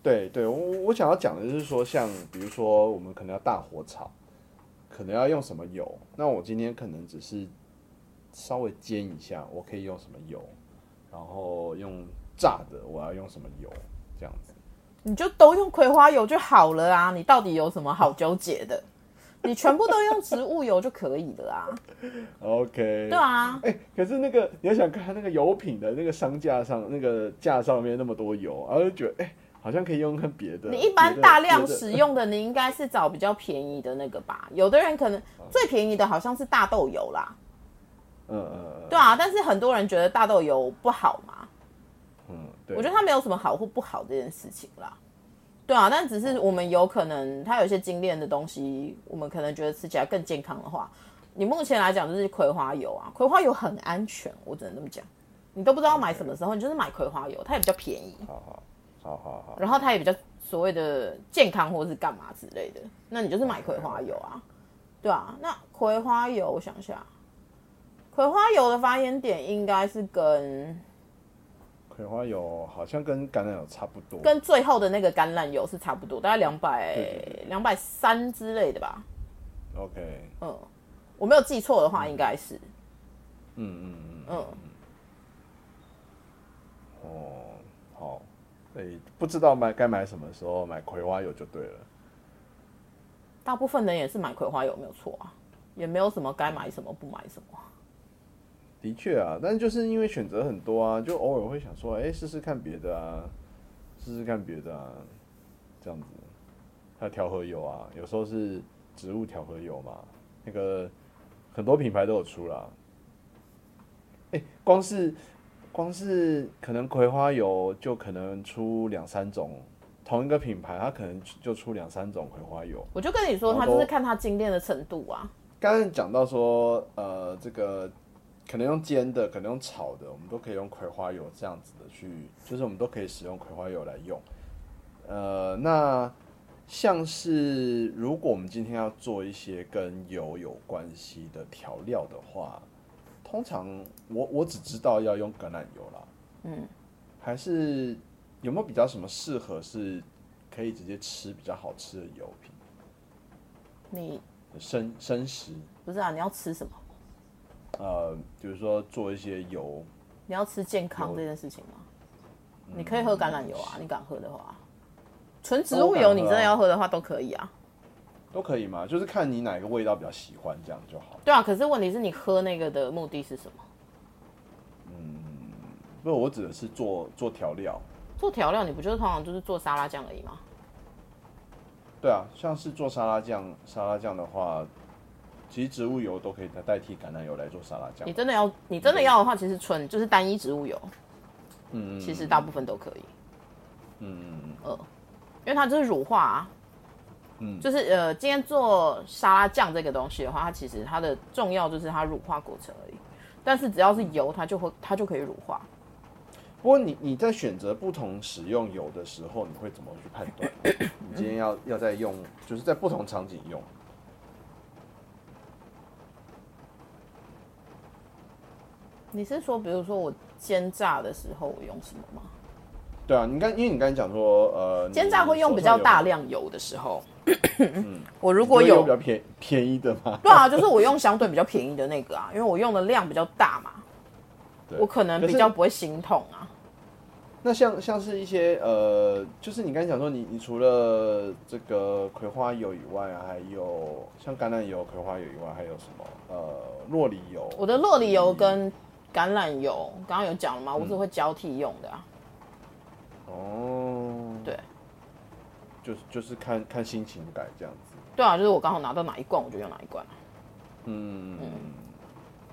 Speaker 1: 对对，我我想要讲的就是说，像比如说我们可能要大火炒，可能要用什么油，那我今天可能只是稍微煎一下，我可以用什么油，然后用炸的我要用什么油，这样子。
Speaker 2: 你就都用葵花油就好了啊！你到底有什么好纠结的？你全部都用植物油就可以了啊！
Speaker 1: OK，
Speaker 2: <laughs> 对啊，
Speaker 1: 哎、可是那个你要想看那个油品的那个商架上那个架上面那么多油，然后就觉得哎、好像可以用看别的。
Speaker 2: 你一般
Speaker 1: 别的
Speaker 2: 大量
Speaker 1: 别的
Speaker 2: 使用的，你应该是找比较便宜的那个吧？有的人可能最便宜的好像是大豆油啦，
Speaker 1: 嗯嗯嗯，
Speaker 2: 对啊，但是很多人觉得大豆油不好嘛，
Speaker 1: 嗯，对，
Speaker 2: 我觉得它没有什么好或不好这件事情啦。对啊，但只是我们有可能它有一些精炼的东西，我们可能觉得吃起来更健康的话，你目前来讲就是葵花油啊，葵花油很安全，我只能这么讲。你都不知道买什么时候，你就是买葵花油，它也比较便宜，
Speaker 1: 好好好好好，
Speaker 2: 然后它也比较所谓的健康或是干嘛之类的，那你就是买葵花油啊，对啊。那葵花油，我想一下，葵花油的发烟点应该是跟
Speaker 1: 葵花油好像跟橄榄油差不多，
Speaker 2: 跟最后的那个橄榄油是差不多，大概两百
Speaker 1: 对对
Speaker 2: 两百三之类的吧。
Speaker 1: OK，
Speaker 2: 嗯，我没有记错的话，应该是
Speaker 1: 嗯嗯嗯，
Speaker 2: 嗯，
Speaker 1: 哦，好，所以不知道买该买什么时候买葵花油就对了。
Speaker 2: 大部分人也是买葵花油，没有错啊，也没有什么该买什么不买什么啊。
Speaker 1: 的确啊，但就是因为选择很多啊，就偶尔会想说，哎、试试看别的啊，试试看别的啊，这样子。还有调和油啊，有时候是植物调和油嘛，那个很多品牌都有出啦。哎、光是光是可能葵花油就可能出两三种，同一个品牌它可能就出两三种葵花油。
Speaker 2: 我就跟你说，
Speaker 1: 然
Speaker 2: 它
Speaker 1: 后
Speaker 2: 就是
Speaker 1: 都
Speaker 2: 看它精炼的程度啊。
Speaker 1: 刚刚讲到说，呃，这个可能用煎的，可能用炒的，我们都可以用葵花油这样子的去，就是我们都可以使用葵花油来用。呃，那像是如果我们今天要做一些跟油有关系的调料的话，通常我我只知道要用橄榄油啦。
Speaker 2: 嗯，
Speaker 1: 还是有没有比较什么适合是可以直接吃比较好吃的油品？
Speaker 2: 你
Speaker 1: 生生食，
Speaker 2: 不是啊？你要吃什么？
Speaker 1: 呃，比如说做一些油，
Speaker 2: 你要吃健康这件事情吗？你可以喝橄榄油啊，你敢喝的话，纯植物油你真的要喝的话都可以啊。
Speaker 1: 都可以嘛，就是看你哪个味道比较喜欢，这样就好。
Speaker 2: 对啊，可是问题是你喝那个的目的是什么？
Speaker 1: 不是，我指的是做做调料，
Speaker 2: 做调料你不就是通常就是做沙拉酱而已吗？
Speaker 1: 对啊，像是做沙拉酱，沙拉酱的话，其实植物油都可以代替橄榄油来做沙拉酱
Speaker 2: 你。真的要你真的要的话，其实纯就是单一植物油，
Speaker 1: 嗯，
Speaker 2: 其实大部分都可以。
Speaker 1: 嗯
Speaker 2: 呃，因为它就是乳化啊。
Speaker 1: 嗯
Speaker 2: 就是呃，今天做沙拉酱这个东西的话，它其实它的重要就是它乳化过程而已。但是只要是油，它就会它就可以乳化。
Speaker 1: 不过你你在选择不同使用油的时候，你会怎么去判断呢？
Speaker 2: <coughs>
Speaker 1: 你今天要要在用，就是在不同场景用。
Speaker 2: 你是说，比如说我煎炸的时候我用什么吗？
Speaker 1: 对啊，你刚因为你刚才讲说，呃，
Speaker 2: 煎
Speaker 1: 你
Speaker 2: 炸会用比较大，量油的时候，我如
Speaker 1: 如果
Speaker 2: 果
Speaker 1: 有嗯
Speaker 2: 有
Speaker 1: 比较便便宜的嘛，
Speaker 2: 对啊，就是我用相对比较便宜的那个啊，因为我用的量比较大嘛，
Speaker 1: 对
Speaker 2: 我可能比
Speaker 1: 是
Speaker 2: 较不会心痛啊。
Speaker 1: 那像像是一些呃，就是你刚才讲说你，你除了这个葵花油以外啊，还有像橄榄油、葵花油以外，还有什么呃洛梨油？
Speaker 2: 我的洛梨油跟橄榄油，刚刚有讲了
Speaker 1: 嗯
Speaker 2: 嘛，我是会交替用的啊。
Speaker 1: 哦，
Speaker 2: 对，
Speaker 1: 就是就是看看心情改这样子。
Speaker 2: 对啊，就是我刚好拿到哪一罐我就用哪一罐啊、
Speaker 1: 嗯，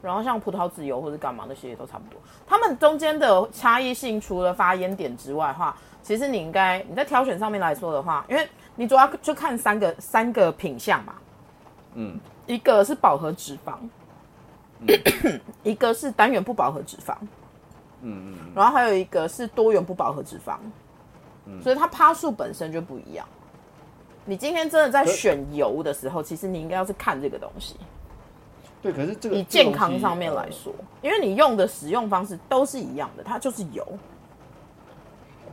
Speaker 2: 然后像葡萄籽油或者干嘛那些也都差不多。它们中间的差异性，除了发烟点之外的话，其实你应该你在挑选上面来说的话，因为你主要就看三个三个品相嘛。
Speaker 1: 嗯，
Speaker 2: 一个是饱和脂肪，一个是单元不饱和脂肪，
Speaker 1: 嗯
Speaker 2: 嗯，然后还有一个是多元不饱和脂肪，
Speaker 1: 嗯
Speaker 2: 所以它趴数本身就不一样。你今天真的在
Speaker 1: 可
Speaker 2: 选油的时候，其实你应该要是看这个东西。
Speaker 1: 对，可是这个
Speaker 2: 以
Speaker 1: 这个
Speaker 2: 健
Speaker 1: 东
Speaker 2: 康
Speaker 1: 西嗯
Speaker 2: 上面来说，因为你用的使用方式都是一样的，它就是油。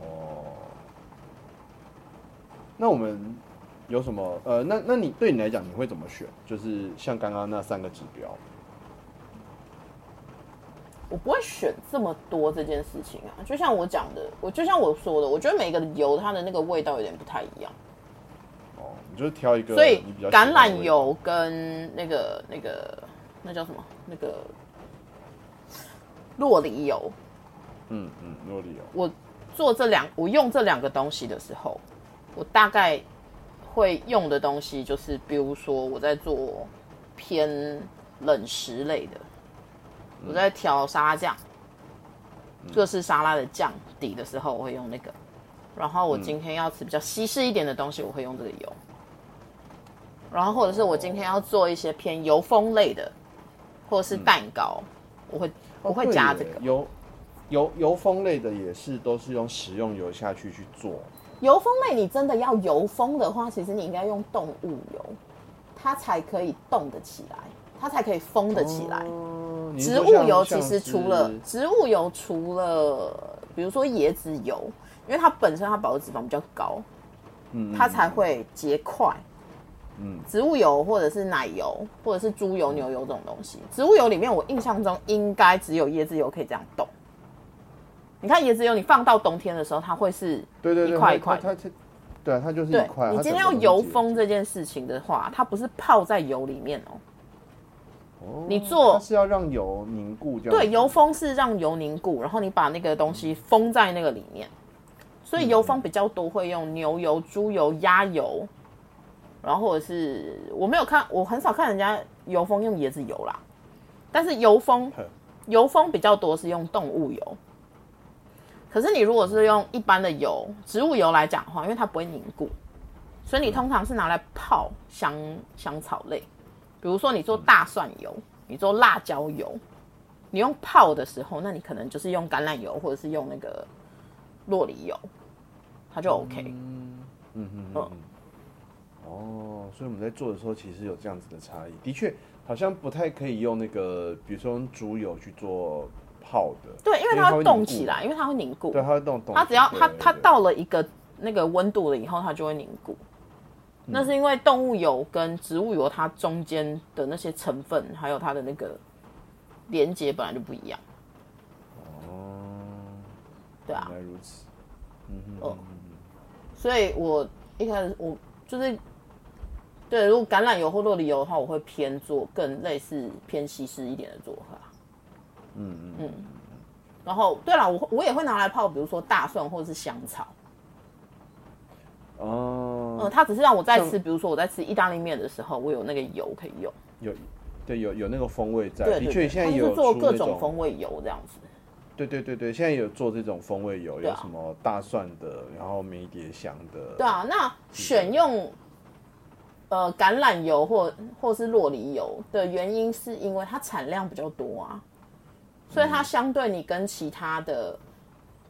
Speaker 1: 呃哦，那我们有什么呃，那那你对你来讲，你会怎么选？就是像刚刚那三个指标。
Speaker 2: 我不会选这么多这件事情啊，就像我讲的，我就像我说的，我觉得每个油它的那个味道有点不太一样，
Speaker 1: 哦，你就是挑一个，
Speaker 2: 所以
Speaker 1: 你比较喜欢
Speaker 2: 橄
Speaker 1: 的
Speaker 2: 榄
Speaker 1: 味道
Speaker 2: 油跟那个那个那叫什么那个洛梨油，
Speaker 1: 嗯嗯，洛丽油。
Speaker 2: 我做这两我用这两个东西的时候，我大概会用的东西就是，比如说我在做偏冷食类的，
Speaker 1: 嗯
Speaker 2: 我在调沙拉酱，各式沙拉的酱底的时候，我会用那个。然后我今天要吃比较西式一点的东西，我会用这个油。然后或者是我今天要做一些偏油风类的，或者是蛋糕，我会我会加这个。
Speaker 1: 哦嗯对耶油油油封类的也是都是用食用油下去去做，
Speaker 2: 油封类，你真的要油封的话，其实你应该用动物油，它才可以动得起来，它才可以封得起来。
Speaker 1: 哦你是
Speaker 2: 植
Speaker 1: 说
Speaker 2: 物油
Speaker 1: 像
Speaker 2: 其实
Speaker 1: 像
Speaker 2: 除了
Speaker 1: 是
Speaker 2: 植物油除了比如说椰子油，因为它本身它饱和脂肪比较高，
Speaker 1: 嗯
Speaker 2: 它才会结块。
Speaker 1: 嗯
Speaker 2: 植物油或者是奶油或者是猪油、牛油这种东西，植物油里面我印象中应该只有椰子油可以这样冻。你看椰子油，你放到冬天的时候，它会是
Speaker 1: 对对对，
Speaker 2: 一块一
Speaker 1: 它
Speaker 2: 块的
Speaker 1: 它它对啊，它就是一
Speaker 2: 对
Speaker 1: 块。
Speaker 2: 你
Speaker 1: 它
Speaker 2: 今天
Speaker 1: 整
Speaker 2: 要
Speaker 1: 个都是
Speaker 2: 油
Speaker 1: 结
Speaker 2: 封这件事情的话，它不是泡在油里面哦。
Speaker 1: 哦
Speaker 2: 你做
Speaker 1: 它是要让油凝固这样。
Speaker 2: 对，油封是让油凝固，然后你把那个东西封在那个里面。所
Speaker 1: 嗯
Speaker 2: 以油封比较多会用牛油、猪油、鸭油，然后或者是我没有看，我很少看人家油封用椰子油啦。但是油封
Speaker 1: 呵
Speaker 2: 油封比较多是用动物油。可是你如果是用一般的油，植物油来讲的话，因为它不会凝固，所以你通常是拿来泡香香草类，比如说你做大蒜油，你做辣椒油，你用泡的时候，那你可能就是用橄榄油或者是用那个洛梨油，它就 OK。
Speaker 1: 嗯嗯嗯
Speaker 2: 嗯
Speaker 1: 嗯，哦，所以我们在做的时候其实有这样子的差异，的确好像不太可以用那个，比如说用猪油去做泡的，
Speaker 2: 对，因为
Speaker 1: 它
Speaker 2: 它会
Speaker 1: 凝
Speaker 2: 冻
Speaker 1: 固
Speaker 2: 起，来，因为它会凝固
Speaker 1: 对，，它会冻冻起来，
Speaker 2: 它只要它
Speaker 1: 对
Speaker 2: 它
Speaker 1: 对
Speaker 2: 到了一个那个温度了以后，它就会凝固。那是因为动物油跟植物油它中间的那些成分，还有它的那个连接本来就不一样，
Speaker 1: 哦，
Speaker 2: 对啊哦
Speaker 1: 原。来如此，嗯
Speaker 2: 所以我一开始我就是对，如果橄榄油或洛梨油的话，我会偏做更类似偏西式一点的做法。
Speaker 1: 嗯嗯，
Speaker 2: 嗯，然后对了，我我也会拿来泡，比如说大蒜或是香草。
Speaker 1: 哦，
Speaker 2: 嗯，它只是让我在吃，
Speaker 1: 像
Speaker 2: 比如说我在吃意大利面的时候，我有那个油可以用。
Speaker 1: 有，对，有有那个风味在，
Speaker 2: 对
Speaker 1: 的确
Speaker 2: 对对，
Speaker 1: 现在
Speaker 2: 它
Speaker 1: 也
Speaker 2: 就
Speaker 1: 有
Speaker 2: 是做
Speaker 1: 出
Speaker 2: 各
Speaker 1: 那
Speaker 2: 种风味油这样子。
Speaker 1: 对对对对，现在有做这种风味油，
Speaker 2: 对
Speaker 1: 有
Speaker 2: 啊
Speaker 1: 什么大蒜的，然后迷迭香的，
Speaker 2: 对啊，那选用呃橄榄油或或是洛梨油的原因，是因为它产量比较多啊，所以它相对你跟其他的，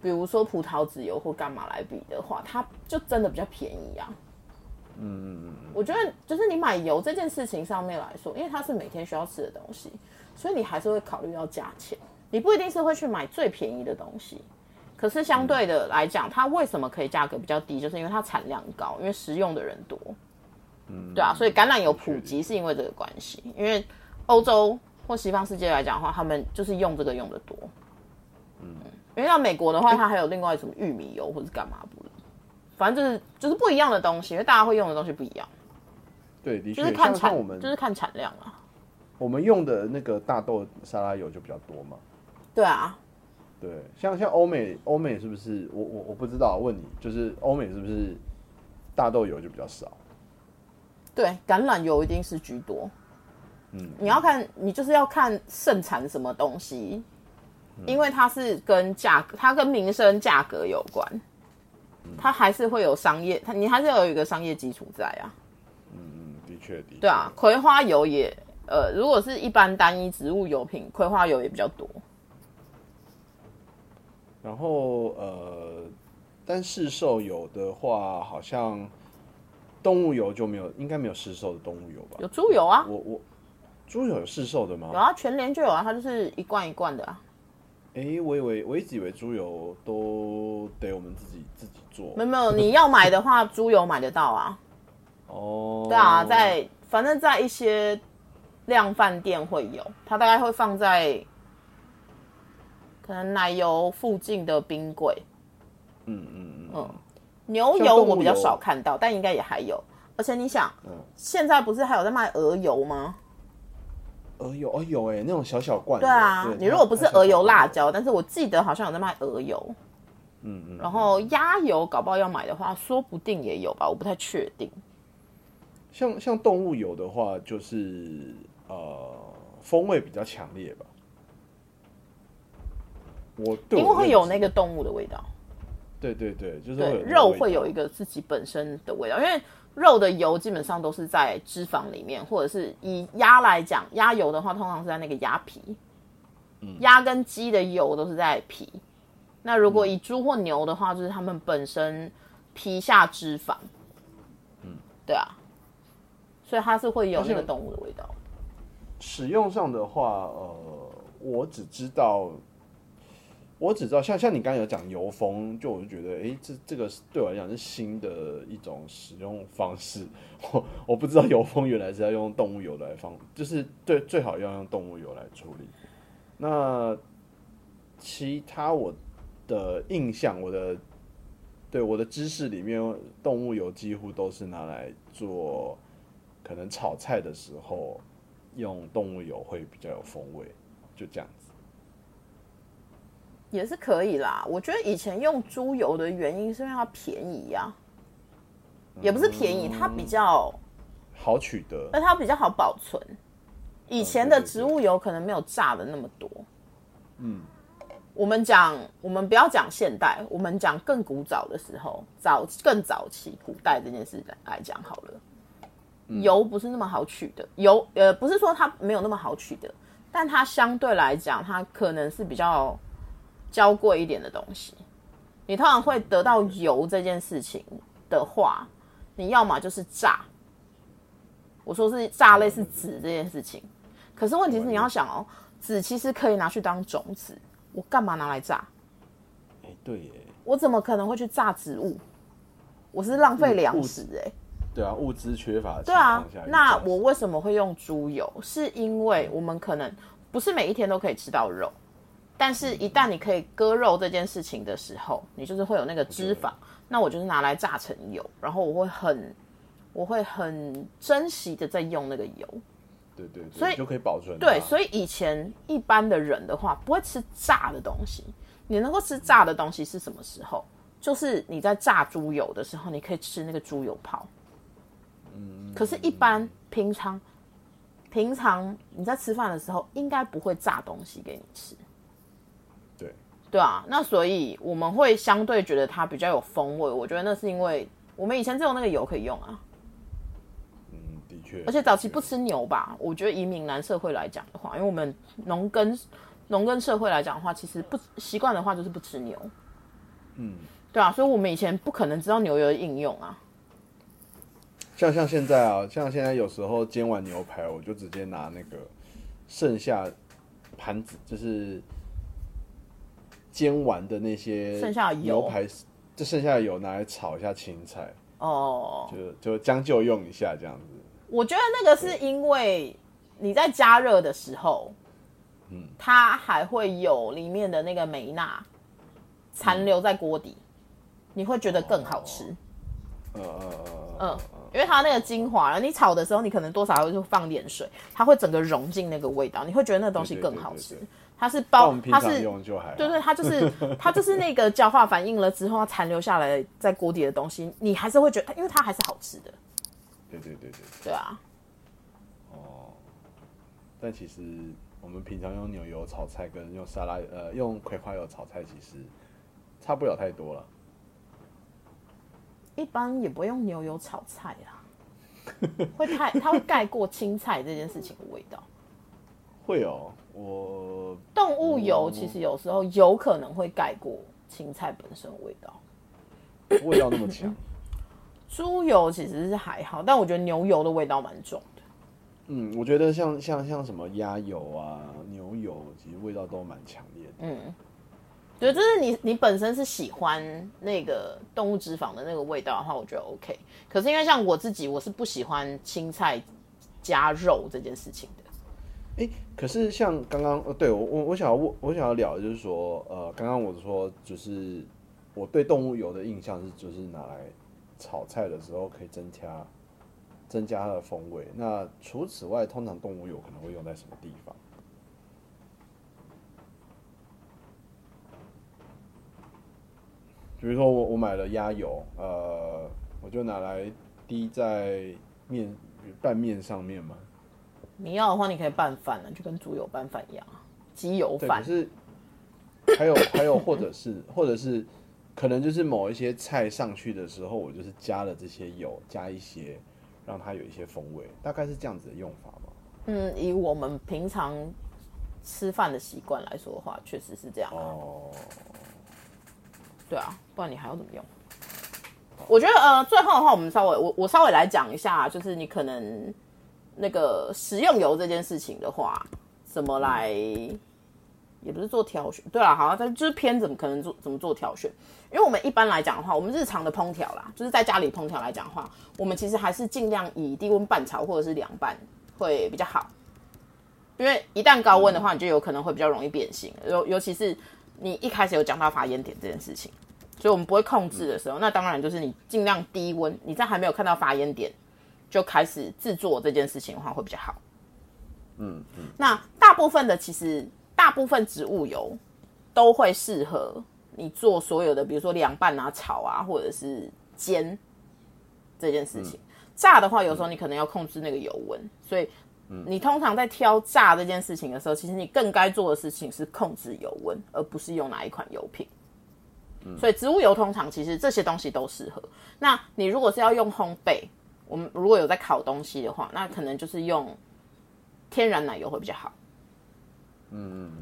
Speaker 2: 比如说葡萄籽油或干嘛来比的话，它就真的比较便宜啊。
Speaker 1: 嗯，嗯嗯
Speaker 2: 我觉得就是你买油这件事情上面来说，因为它是每天需要吃的东西，所以你还是会考虑到价钱。你不一定是会去买最便宜的东西，可是
Speaker 1: 嗯
Speaker 2: 相对的来讲，它为什么可以价格比较低，就是因为它产量高，因为食用的人多。嗯，对啊，所以橄榄油普及是因为这个关系，因为欧洲或西方世界来讲的话，他们就是用这个用的多。嗯，因为到美国的话，它还有另外什么玉米油或者干嘛不的，反正就是就是不一样的东西，因为大家会用的东西不一样。
Speaker 1: 对，的确，
Speaker 2: 就是看
Speaker 1: 像像
Speaker 2: 产
Speaker 1: 我，们、
Speaker 2: 就是看产量啊。
Speaker 1: 我们用的那个大豆沙拉油就比较多嘛，
Speaker 2: 对啊，
Speaker 1: 对，像像欧美欧美是不是我我我不知道，问你，就是欧美是不是大豆油就比较少？
Speaker 2: 对，橄榄油一定是居多。嗯，你要看，你就是要看盛产什么东西，因为它是跟价格，它跟民生价格有关，它还是会有商业，它你还是要有一个商业基础在啊。
Speaker 1: 嗯，的确的确，
Speaker 2: 对啊，葵花油也，呃，如果是一般单一植物油品，葵花油也比较多。
Speaker 1: 然后呃，但市售油的话，好像动物油就没有，应该没有市售的动物油吧？
Speaker 2: 有猪油啊，
Speaker 1: 我我猪油有市售的
Speaker 2: 有
Speaker 1: 吗？
Speaker 2: 啊，全联就有啊，它就是一罐一罐的啊。
Speaker 1: 诶，我以为我一直以为猪油都得我们自己自己做
Speaker 2: 没有没有，你要买的话，猪油买得到啊。
Speaker 1: 哦。
Speaker 2: 对啊，在反正在一些量饭店会有，它大概会放在可能奶油附近的冰柜。
Speaker 1: 嗯嗯嗯
Speaker 2: 嗯，牛
Speaker 1: 像
Speaker 2: 油
Speaker 1: 动物
Speaker 2: 我比较
Speaker 1: 油
Speaker 2: 少看到，但应该也还有。而且你想，
Speaker 1: 嗯，
Speaker 2: 现在不是还有在卖鹅油吗？
Speaker 1: 鹅油哦有哎、那种小小罐的。
Speaker 2: 对啊，你如果不是鹅油
Speaker 1: 它它
Speaker 2: 辣，
Speaker 1: 小小罐的
Speaker 2: 椒，但是我记得好像有在卖鹅油，
Speaker 1: 嗯嗯，
Speaker 2: 然后鸭油搞不好要买的话，说不定也有吧，我不太确定。
Speaker 1: 像像动物油的话，就是呃风味比较强烈吧。我对
Speaker 2: 因
Speaker 1: 我
Speaker 2: 为会有
Speaker 1: 认知
Speaker 2: 那个动物的味道。
Speaker 1: 对对对，就是会
Speaker 2: 对
Speaker 1: 有，那个
Speaker 2: 肉
Speaker 1: 味
Speaker 2: 会
Speaker 1: 道
Speaker 2: 有一个自己本身的味道，因为肉的油基本上都是在脂肪里面，或者是以鸭来讲，鸭油的话通常是在那个鸭皮，鸭跟鸡的油都是在皮。那如果以猪或牛的话，就是它们本身皮下脂肪，嗯，对啊，所以它是会有那
Speaker 1: 而
Speaker 2: 个
Speaker 1: 且
Speaker 2: 动物的味道。
Speaker 1: 使用上的话，呃，我只知道，我只知道像像你刚刚有讲油封，就我就觉得，诶，这这个是对我来讲是新的一种使用方式。 <laughs> 我我不知道油封原来是要用动物油来放，就是对最好要用动物油来处理。那其他我的印象，我的对我的知识里面，动物油几乎都是拿来做可能炒菜的时候。用动物油会比较有风味，就这样子。
Speaker 2: 也是可以啦。我觉得以前用猪油的原因是因为它便宜呀、也不是便宜，它比较
Speaker 1: 好取得，
Speaker 2: 而它比较好保存。以前的植物油可能没有炸的那么多。
Speaker 1: 嗯，
Speaker 2: 我们讲，我们不要讲现代，我们讲更古早的时候，早更早期古代这件事来讲好了。油不是那么好取的，油呃不是说它没有那么好取的，但它相对来讲，它可能是比较娇贵一点的东西。你通常会得到油这件事情的话，你要么就是炸，我说是炸类似籽这件事情。可是问题是你要想哦，籽其实可以拿去当种子，我干嘛拿来炸？
Speaker 1: 哎、对耶，
Speaker 2: 我怎么可能会去炸植物？我是浪费粮食哎、
Speaker 1: 对啊，物资缺乏的情
Speaker 2: 对啊
Speaker 1: 况下，一
Speaker 2: 那
Speaker 1: 下
Speaker 2: 我为什么会用猪油？是因为我们可能不是每一天都可以吃到肉，但是一旦你可以割肉这件事情的时候，你就是会有那个脂肪。那我就是拿来榨成油，然后我会很，我会很珍惜的在用那个油。
Speaker 1: 对对对，
Speaker 2: 所以
Speaker 1: 就可以保存它。啊
Speaker 2: 对，所以以前一般的人的话，不会吃炸的东西。你能够吃炸的东西是什么时候？就是你在炸猪油的时候，你可以吃那个猪油泡。可是，一般平常平常你在吃饭的时候，应该不会炸东西给你吃。
Speaker 1: 对
Speaker 2: 对啊，那所以我们会相对觉得它比较有风味。我觉得那是因为我们以前只有那个油可以用啊，
Speaker 1: 嗯，的确，
Speaker 2: 而且早期不吃牛吧，我觉得以闽南社会来讲的话，因为我们农耕农耕社会来讲的话，其实不习惯的话就是不吃牛。
Speaker 1: 嗯，
Speaker 2: 对啊，所以我们以前不可能知道牛油的应用啊。
Speaker 1: 像像现在啊，像现在有时候煎完牛排，我就直接拿那个剩下盘子，就是煎完的那些
Speaker 2: 剩下的油
Speaker 1: 牛排，就剩下的油拿来炒一下青菜，
Speaker 2: 哦，
Speaker 1: 就就将就用一下这样子。
Speaker 2: 我觉得那个是因为你在加热的时候，嗯，它还会有里面的那个美纳残留在锅底，你会觉得更好吃。
Speaker 1: 呃呃呃，
Speaker 2: 嗯，因为它那个精华，你炒的时候你可能多少还会就放点水，它会整个融进那个味道，你会觉得那个东西更好吃
Speaker 1: 对对对对。
Speaker 2: 它是
Speaker 1: 那我
Speaker 2: 包
Speaker 1: 们，平
Speaker 2: 哦它
Speaker 1: 常
Speaker 2: 是
Speaker 1: 用就还好。
Speaker 2: 对对，它就是
Speaker 1: <laughs>
Speaker 2: 它就是那个焦化反应了之后，它残留下来在锅底的东西，你还是会觉得，因为它还是好吃的，
Speaker 1: 对对对对对
Speaker 2: 对啊，
Speaker 1: 哦，但其实我们平常用牛油炒菜跟用沙拉呃用葵花油炒菜其实差不了太多了。
Speaker 2: 一般也不会用牛油炒菜
Speaker 1: <laughs>
Speaker 2: 啊，会太它会盖过青菜这件事情的味道。
Speaker 1: 会哦，我
Speaker 2: 动物油其实有时候有可能会盖过青菜本身的味道。
Speaker 1: 味道那么强，
Speaker 2: 猪油其实是还好，但我觉得牛油的味道蛮重的。
Speaker 1: 嗯，我觉得像像像什么鸭油啊、牛油，其实味道都蛮强烈的。
Speaker 2: 嗯，对，就是你你本身是喜欢那个动物脂肪的那个味道的话，我觉得 OK。可是因为像我自己，我是不喜欢青菜加肉这件事情的。
Speaker 1: 哎、可是像刚刚，呃，对我我我想要问，我想要聊的就是说，呃，刚刚我说就是我对动物油的印象是，就是拿来炒菜的时候可以增加增加它的风味。那除此外，通常动物油可能会用在什么地方？比如说我我买了鸭油，呃，我就拿来滴在面拌面上面嘛。
Speaker 2: 你要的话，你可以拌饭啊，就跟猪油拌饭一样啊，鸡油
Speaker 1: 对，
Speaker 2: 饭
Speaker 1: 可。是还有还有，或者是或者是，可能就是某一些菜上去的时候，我就是加了这些油，加一些让它有一些风味，大概是这样子的用法嘛。
Speaker 2: 嗯，以我们平常吃饭的习惯来说的话，确实是这样。
Speaker 1: 哦，
Speaker 2: 对啊，不然你还要怎么用？我觉得呃，最后的话，我们稍微我我稍微来讲一下，就是你可能那个食用油这件事情的话，怎么来，也不是做挑选，对啦，啊好像但就是偏怎么可能做怎么做挑选，因为我们一般来讲的话，我们日常的烹调啦，就是在家里烹调来讲的话，我们其实还是尽量以低温半炒或者是凉拌会比较好，因为一旦高温的话，你就有可能会比较容易变形，尤尤其是你一开始有讲到发烟点这件事情，所以我们不会控制的时候，那当然就是你尽量低温，你在还没有看到发烟点就开始制作这件事情的话，会比较好。
Speaker 1: 嗯嗯，
Speaker 2: 那大部分的其实大部分植物油都会适合你做所有的，比如说凉拌啊、炒啊，或者是煎这件事情。
Speaker 1: 嗯
Speaker 2: 炸的话，有时候你可能要控制那个油温，所以你通常在挑炸这件事情的时候，其实你更该做的事情是控制油温，而不是用哪一款油品。所以植物油通常其实这些东西都适合。那你如果是要用烘焙，我们如果有在烤东西的话，那可能就是用天然奶油会比较好。嗯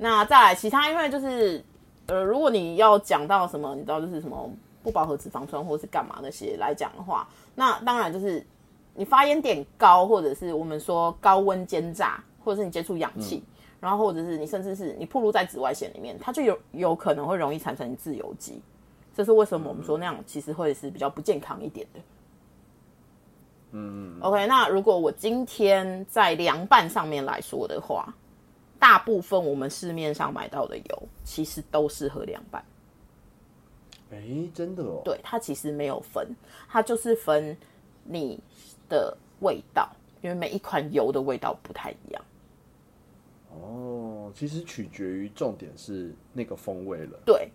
Speaker 2: 那再来其他，因为就是呃，如果你要讲到什么，你知道就是什么不饱和脂肪酸或是干嘛那些来讲的话，那当然就是你发烟点高，或者是我们说高温煎炸，或者是你接触氧气，然后或者是你甚至是你暴露在紫外线里面，它就有有可能会容易产生自由基。这是为什么我们说那样其实会是比较不健康一点的。嗯，OK，那如果我今天在凉拌上面来说的话，大部分我们市面上买到的油其实都适合凉拌。
Speaker 1: 哎、真的哦，
Speaker 2: 对，它其实没有分，它就是分你的味道，因为每一款油的味道不太一样。
Speaker 1: 哦，其实取决于重点是那个风味了。
Speaker 2: 对，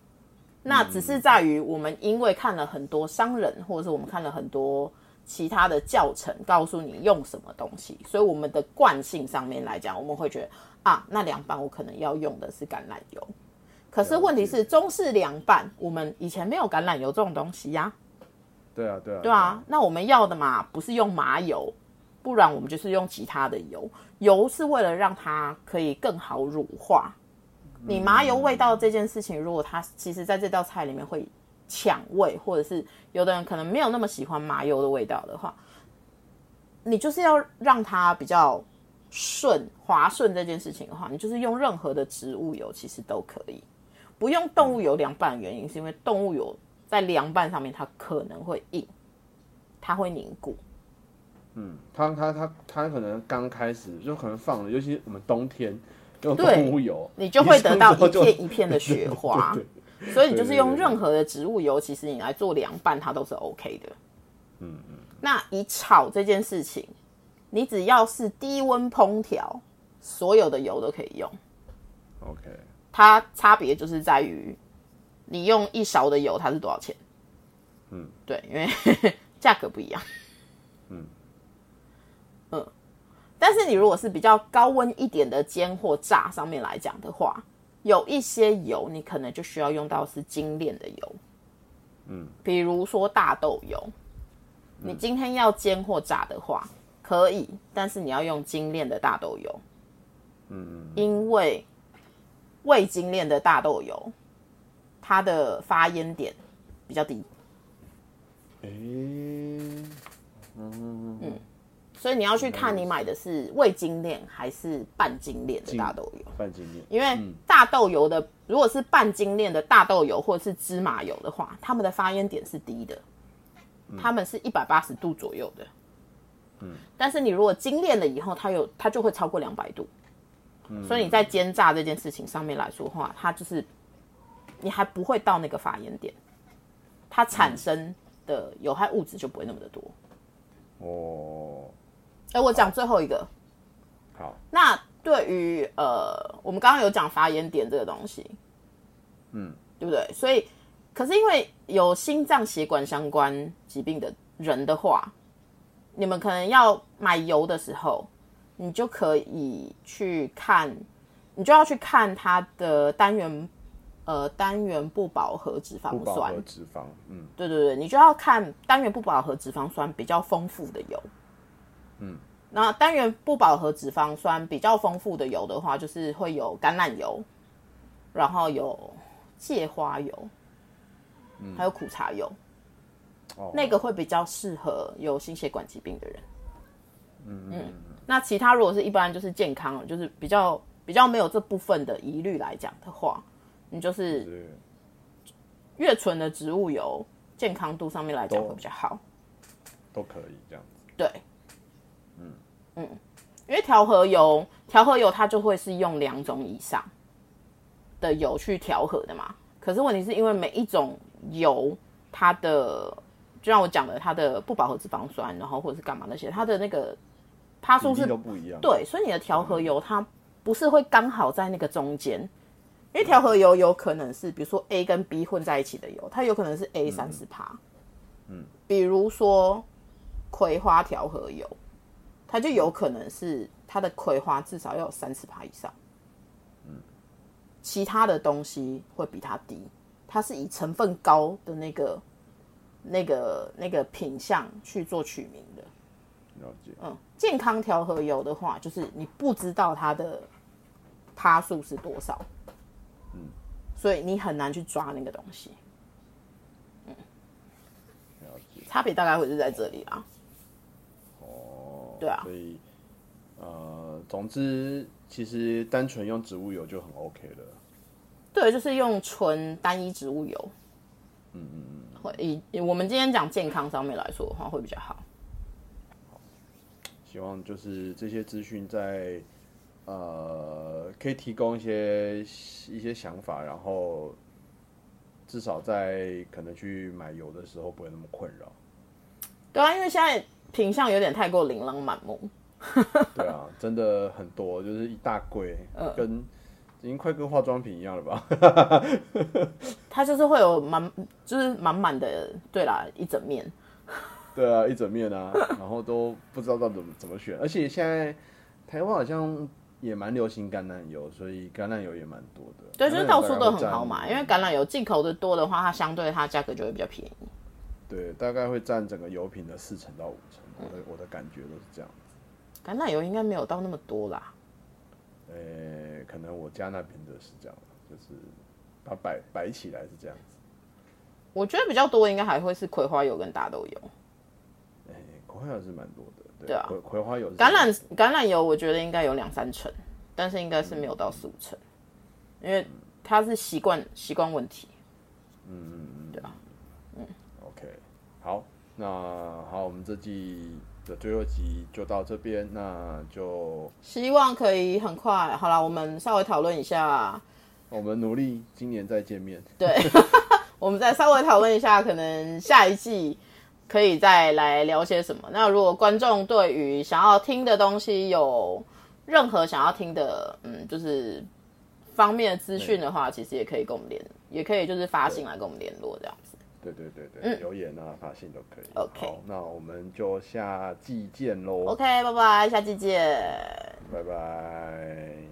Speaker 2: 那只是在于我们因为看了很多商人，或者是我们看了很多其他的教程，告诉你用什么东西，所以我们的惯性上面来讲，我们会觉得啊，那凉拌我可能要用的是橄榄油。可是问题是，中式凉拌我们以前没有橄榄油这种东西呀、
Speaker 1: 对啊，对啊，
Speaker 2: 对啊，，那我们要的嘛，不是用麻油，不然我们就是用其他的油。油是为了让它可以更好乳化。你麻油味道这件事情，如果它其实在这道菜里面会抢味，或者是有的人可能没有那么喜欢麻油的味道的话，你就是要让它比较顺滑顺这件事情的话，你就是用任何的植物油其实都可以。不用动物油凉拌的原因，是因为动物油在凉拌上面它可能会硬，它会凝固。
Speaker 1: 嗯，他他他他可能刚开始就可能放了，尤其我们冬天用
Speaker 2: 对
Speaker 1: 动物油，
Speaker 2: 你就会得到
Speaker 1: 上
Speaker 2: 一
Speaker 1: 桌就
Speaker 2: 片一啊片的雪花。所以你就是用
Speaker 1: 对对对
Speaker 2: 任何的植物油，其实你来做凉拌，它都是 OK 的。嗯嗯。那以炒这件事情，你只要是低温烹调，所有的油都可以用。
Speaker 1: OK，
Speaker 2: 它差别就是在于你用一勺的油它是多少钱？
Speaker 1: 嗯，
Speaker 2: 对，因为价格不一样。
Speaker 1: 嗯
Speaker 2: 嗯，但是你如果是比较高温一点的煎或炸上面来讲的话，有一些油你可能就需要用到是精炼的油，
Speaker 1: 嗯，
Speaker 2: 比如说大豆油。你今天要煎或炸的话，可以，但是你要用精炼的大豆油，
Speaker 1: 嗯，
Speaker 2: 因为未精炼的大豆油，它的发烟点比较低，
Speaker 1: 哎、嗯，
Speaker 2: 所以你要去看你买的是未精炼还是半精嗯炼的大豆油。
Speaker 1: 半斤面，
Speaker 2: 因为大豆油的，如果是半精炼的大豆油或者是芝麻油的话，它们的发烟点是低的，它们是一百八十度左右的。嗯，但是你如果精炼了以后，它有它就会超过两百度，嗯
Speaker 1: 嗯
Speaker 2: 所以你在煎炸这件事情上面来说的话，它就是你还不会到那个发烟点，它产生的有害物质就不会那么的多。
Speaker 1: 哦，
Speaker 2: 哎、我讲最后一个，
Speaker 1: 好，
Speaker 2: 那对于呃，我们刚刚有讲发炎点这个东西，
Speaker 1: 嗯，
Speaker 2: 对不对？所以，可是因为有心脏血管相关疾病的人的话，你们可能要买油的时候，你就可以去看，你就要去看它的单元，呃，单元不饱和脂肪
Speaker 1: 不饱
Speaker 2: 酸
Speaker 1: 和，脂肪，嗯，
Speaker 2: 对对对，你就要看单元不饱和脂肪酸比较丰富的油。
Speaker 1: 嗯，
Speaker 2: 那单元不饱和脂肪酸比较丰富的油的话，就是会有橄榄油，然后有芥花油，还有苦茶油，
Speaker 1: 哦，
Speaker 2: 那个会比较适合有心血管疾病的人。嗯嗯，那其他如果是一般就是健康，就是比较比较没有这部分的疑虑来讲的话，你就是
Speaker 1: 对，
Speaker 2: 越纯的植物油，健康度上面来讲
Speaker 1: 都
Speaker 2: 会比较好。
Speaker 1: 都可以这样子，
Speaker 2: 对，嗯因为调和油，调和油它就会是用两种以上的油去调和的嘛。可是问题是因为每一种油，它的就像我讲的，它的不饱和脂肪酸，然后或者是干嘛那些，它的那个趴数
Speaker 1: 比
Speaker 2: 是
Speaker 1: 例都不一样，，
Speaker 2: 对，所以你的调和油它不是会刚好在那个中间，因为调和油有可能是比如说 A 跟 B 混在一起的油，它有可能是 A 三十趴，嗯，比如说葵花调和油，它就有可能是它的葵花至少要有三十趴以上，嗯，其他的东西会比它低，它是以成分高的那个。那个那个品相去做取名的，
Speaker 1: 了解，
Speaker 2: 嗯，健康调和油的话，就是你不知道它的趴数是多少，嗯，所以你很难去抓那个东西，
Speaker 1: 了解，
Speaker 2: 差别大概会是在这里啊。
Speaker 1: 哦，
Speaker 2: 对啊
Speaker 1: 所以呃，总之其实单纯用植物油就很 OK 了。
Speaker 2: 对，就是用纯单一植物油。嗯嗯嗯。会以以我们今天讲健康上面来说的话，会比较好。
Speaker 1: 希望就是这些资讯在呃可以提供一些一些想法，然后至少在可能去买油的时候不会那么困扰。
Speaker 2: 对啊，因为现在品相有点太过琳琅满目。
Speaker 1: <laughs> 对啊，真的很多，就是一大柜，
Speaker 2: 嗯
Speaker 1: 跟已经快跟化妆品一样了吧？ <laughs>
Speaker 2: 它就是会有满，就是满满的，对啦，一整面。
Speaker 1: 对啊，一整面
Speaker 2: <laughs>
Speaker 1: 啊，然后都不知道到底怎么怎么选，而且现在台湾好像也蛮流行橄榄油，所以橄榄油也蛮多的。
Speaker 2: 对，就是
Speaker 1: 橄榄油
Speaker 2: 到处
Speaker 1: 大概
Speaker 2: 都
Speaker 1: 会
Speaker 2: 很好
Speaker 1: 占
Speaker 2: 买，因为橄榄油进口的多的话，它相对它价格就会比较便宜。
Speaker 1: 对，大概会占整个油品的四成到五成，我
Speaker 2: 嗯
Speaker 1: 的我的感觉都是这样。
Speaker 2: 橄榄油应该没有到那么多啦。
Speaker 1: 呃、可能我家那边的是这样，就是把它摆摆起来是这样子。
Speaker 2: 我觉得比较多应该还会是葵花油跟大豆油。
Speaker 1: 哎、葵花油是蛮多的，对
Speaker 2: 对啊
Speaker 1: 葵葵花油是
Speaker 2: 橄榄橄榄油我觉得应该有两三成，但是应该是没有到四五成，因为它是习惯习惯问题。
Speaker 1: OK，好，那好，我们这季的最后一集就到这边，那就
Speaker 2: 希望可以很快，好啦，我们稍微讨论一下，
Speaker 1: 我们努力今年再见面。
Speaker 2: 我们再稍微讨论一下，可能下一季可以再来聊些什么。那如果观众对于想要听的东西有任何想要听的，嗯，就是方面的资讯的话，其实也可以跟我们联，也可以就是发信来跟我们联络这样子。
Speaker 1: 对对对对，留言啊、发信都可以。
Speaker 2: OK
Speaker 1: 好，那我们就下季见喽
Speaker 2: OK，拜拜，下期见。
Speaker 1: 拜拜。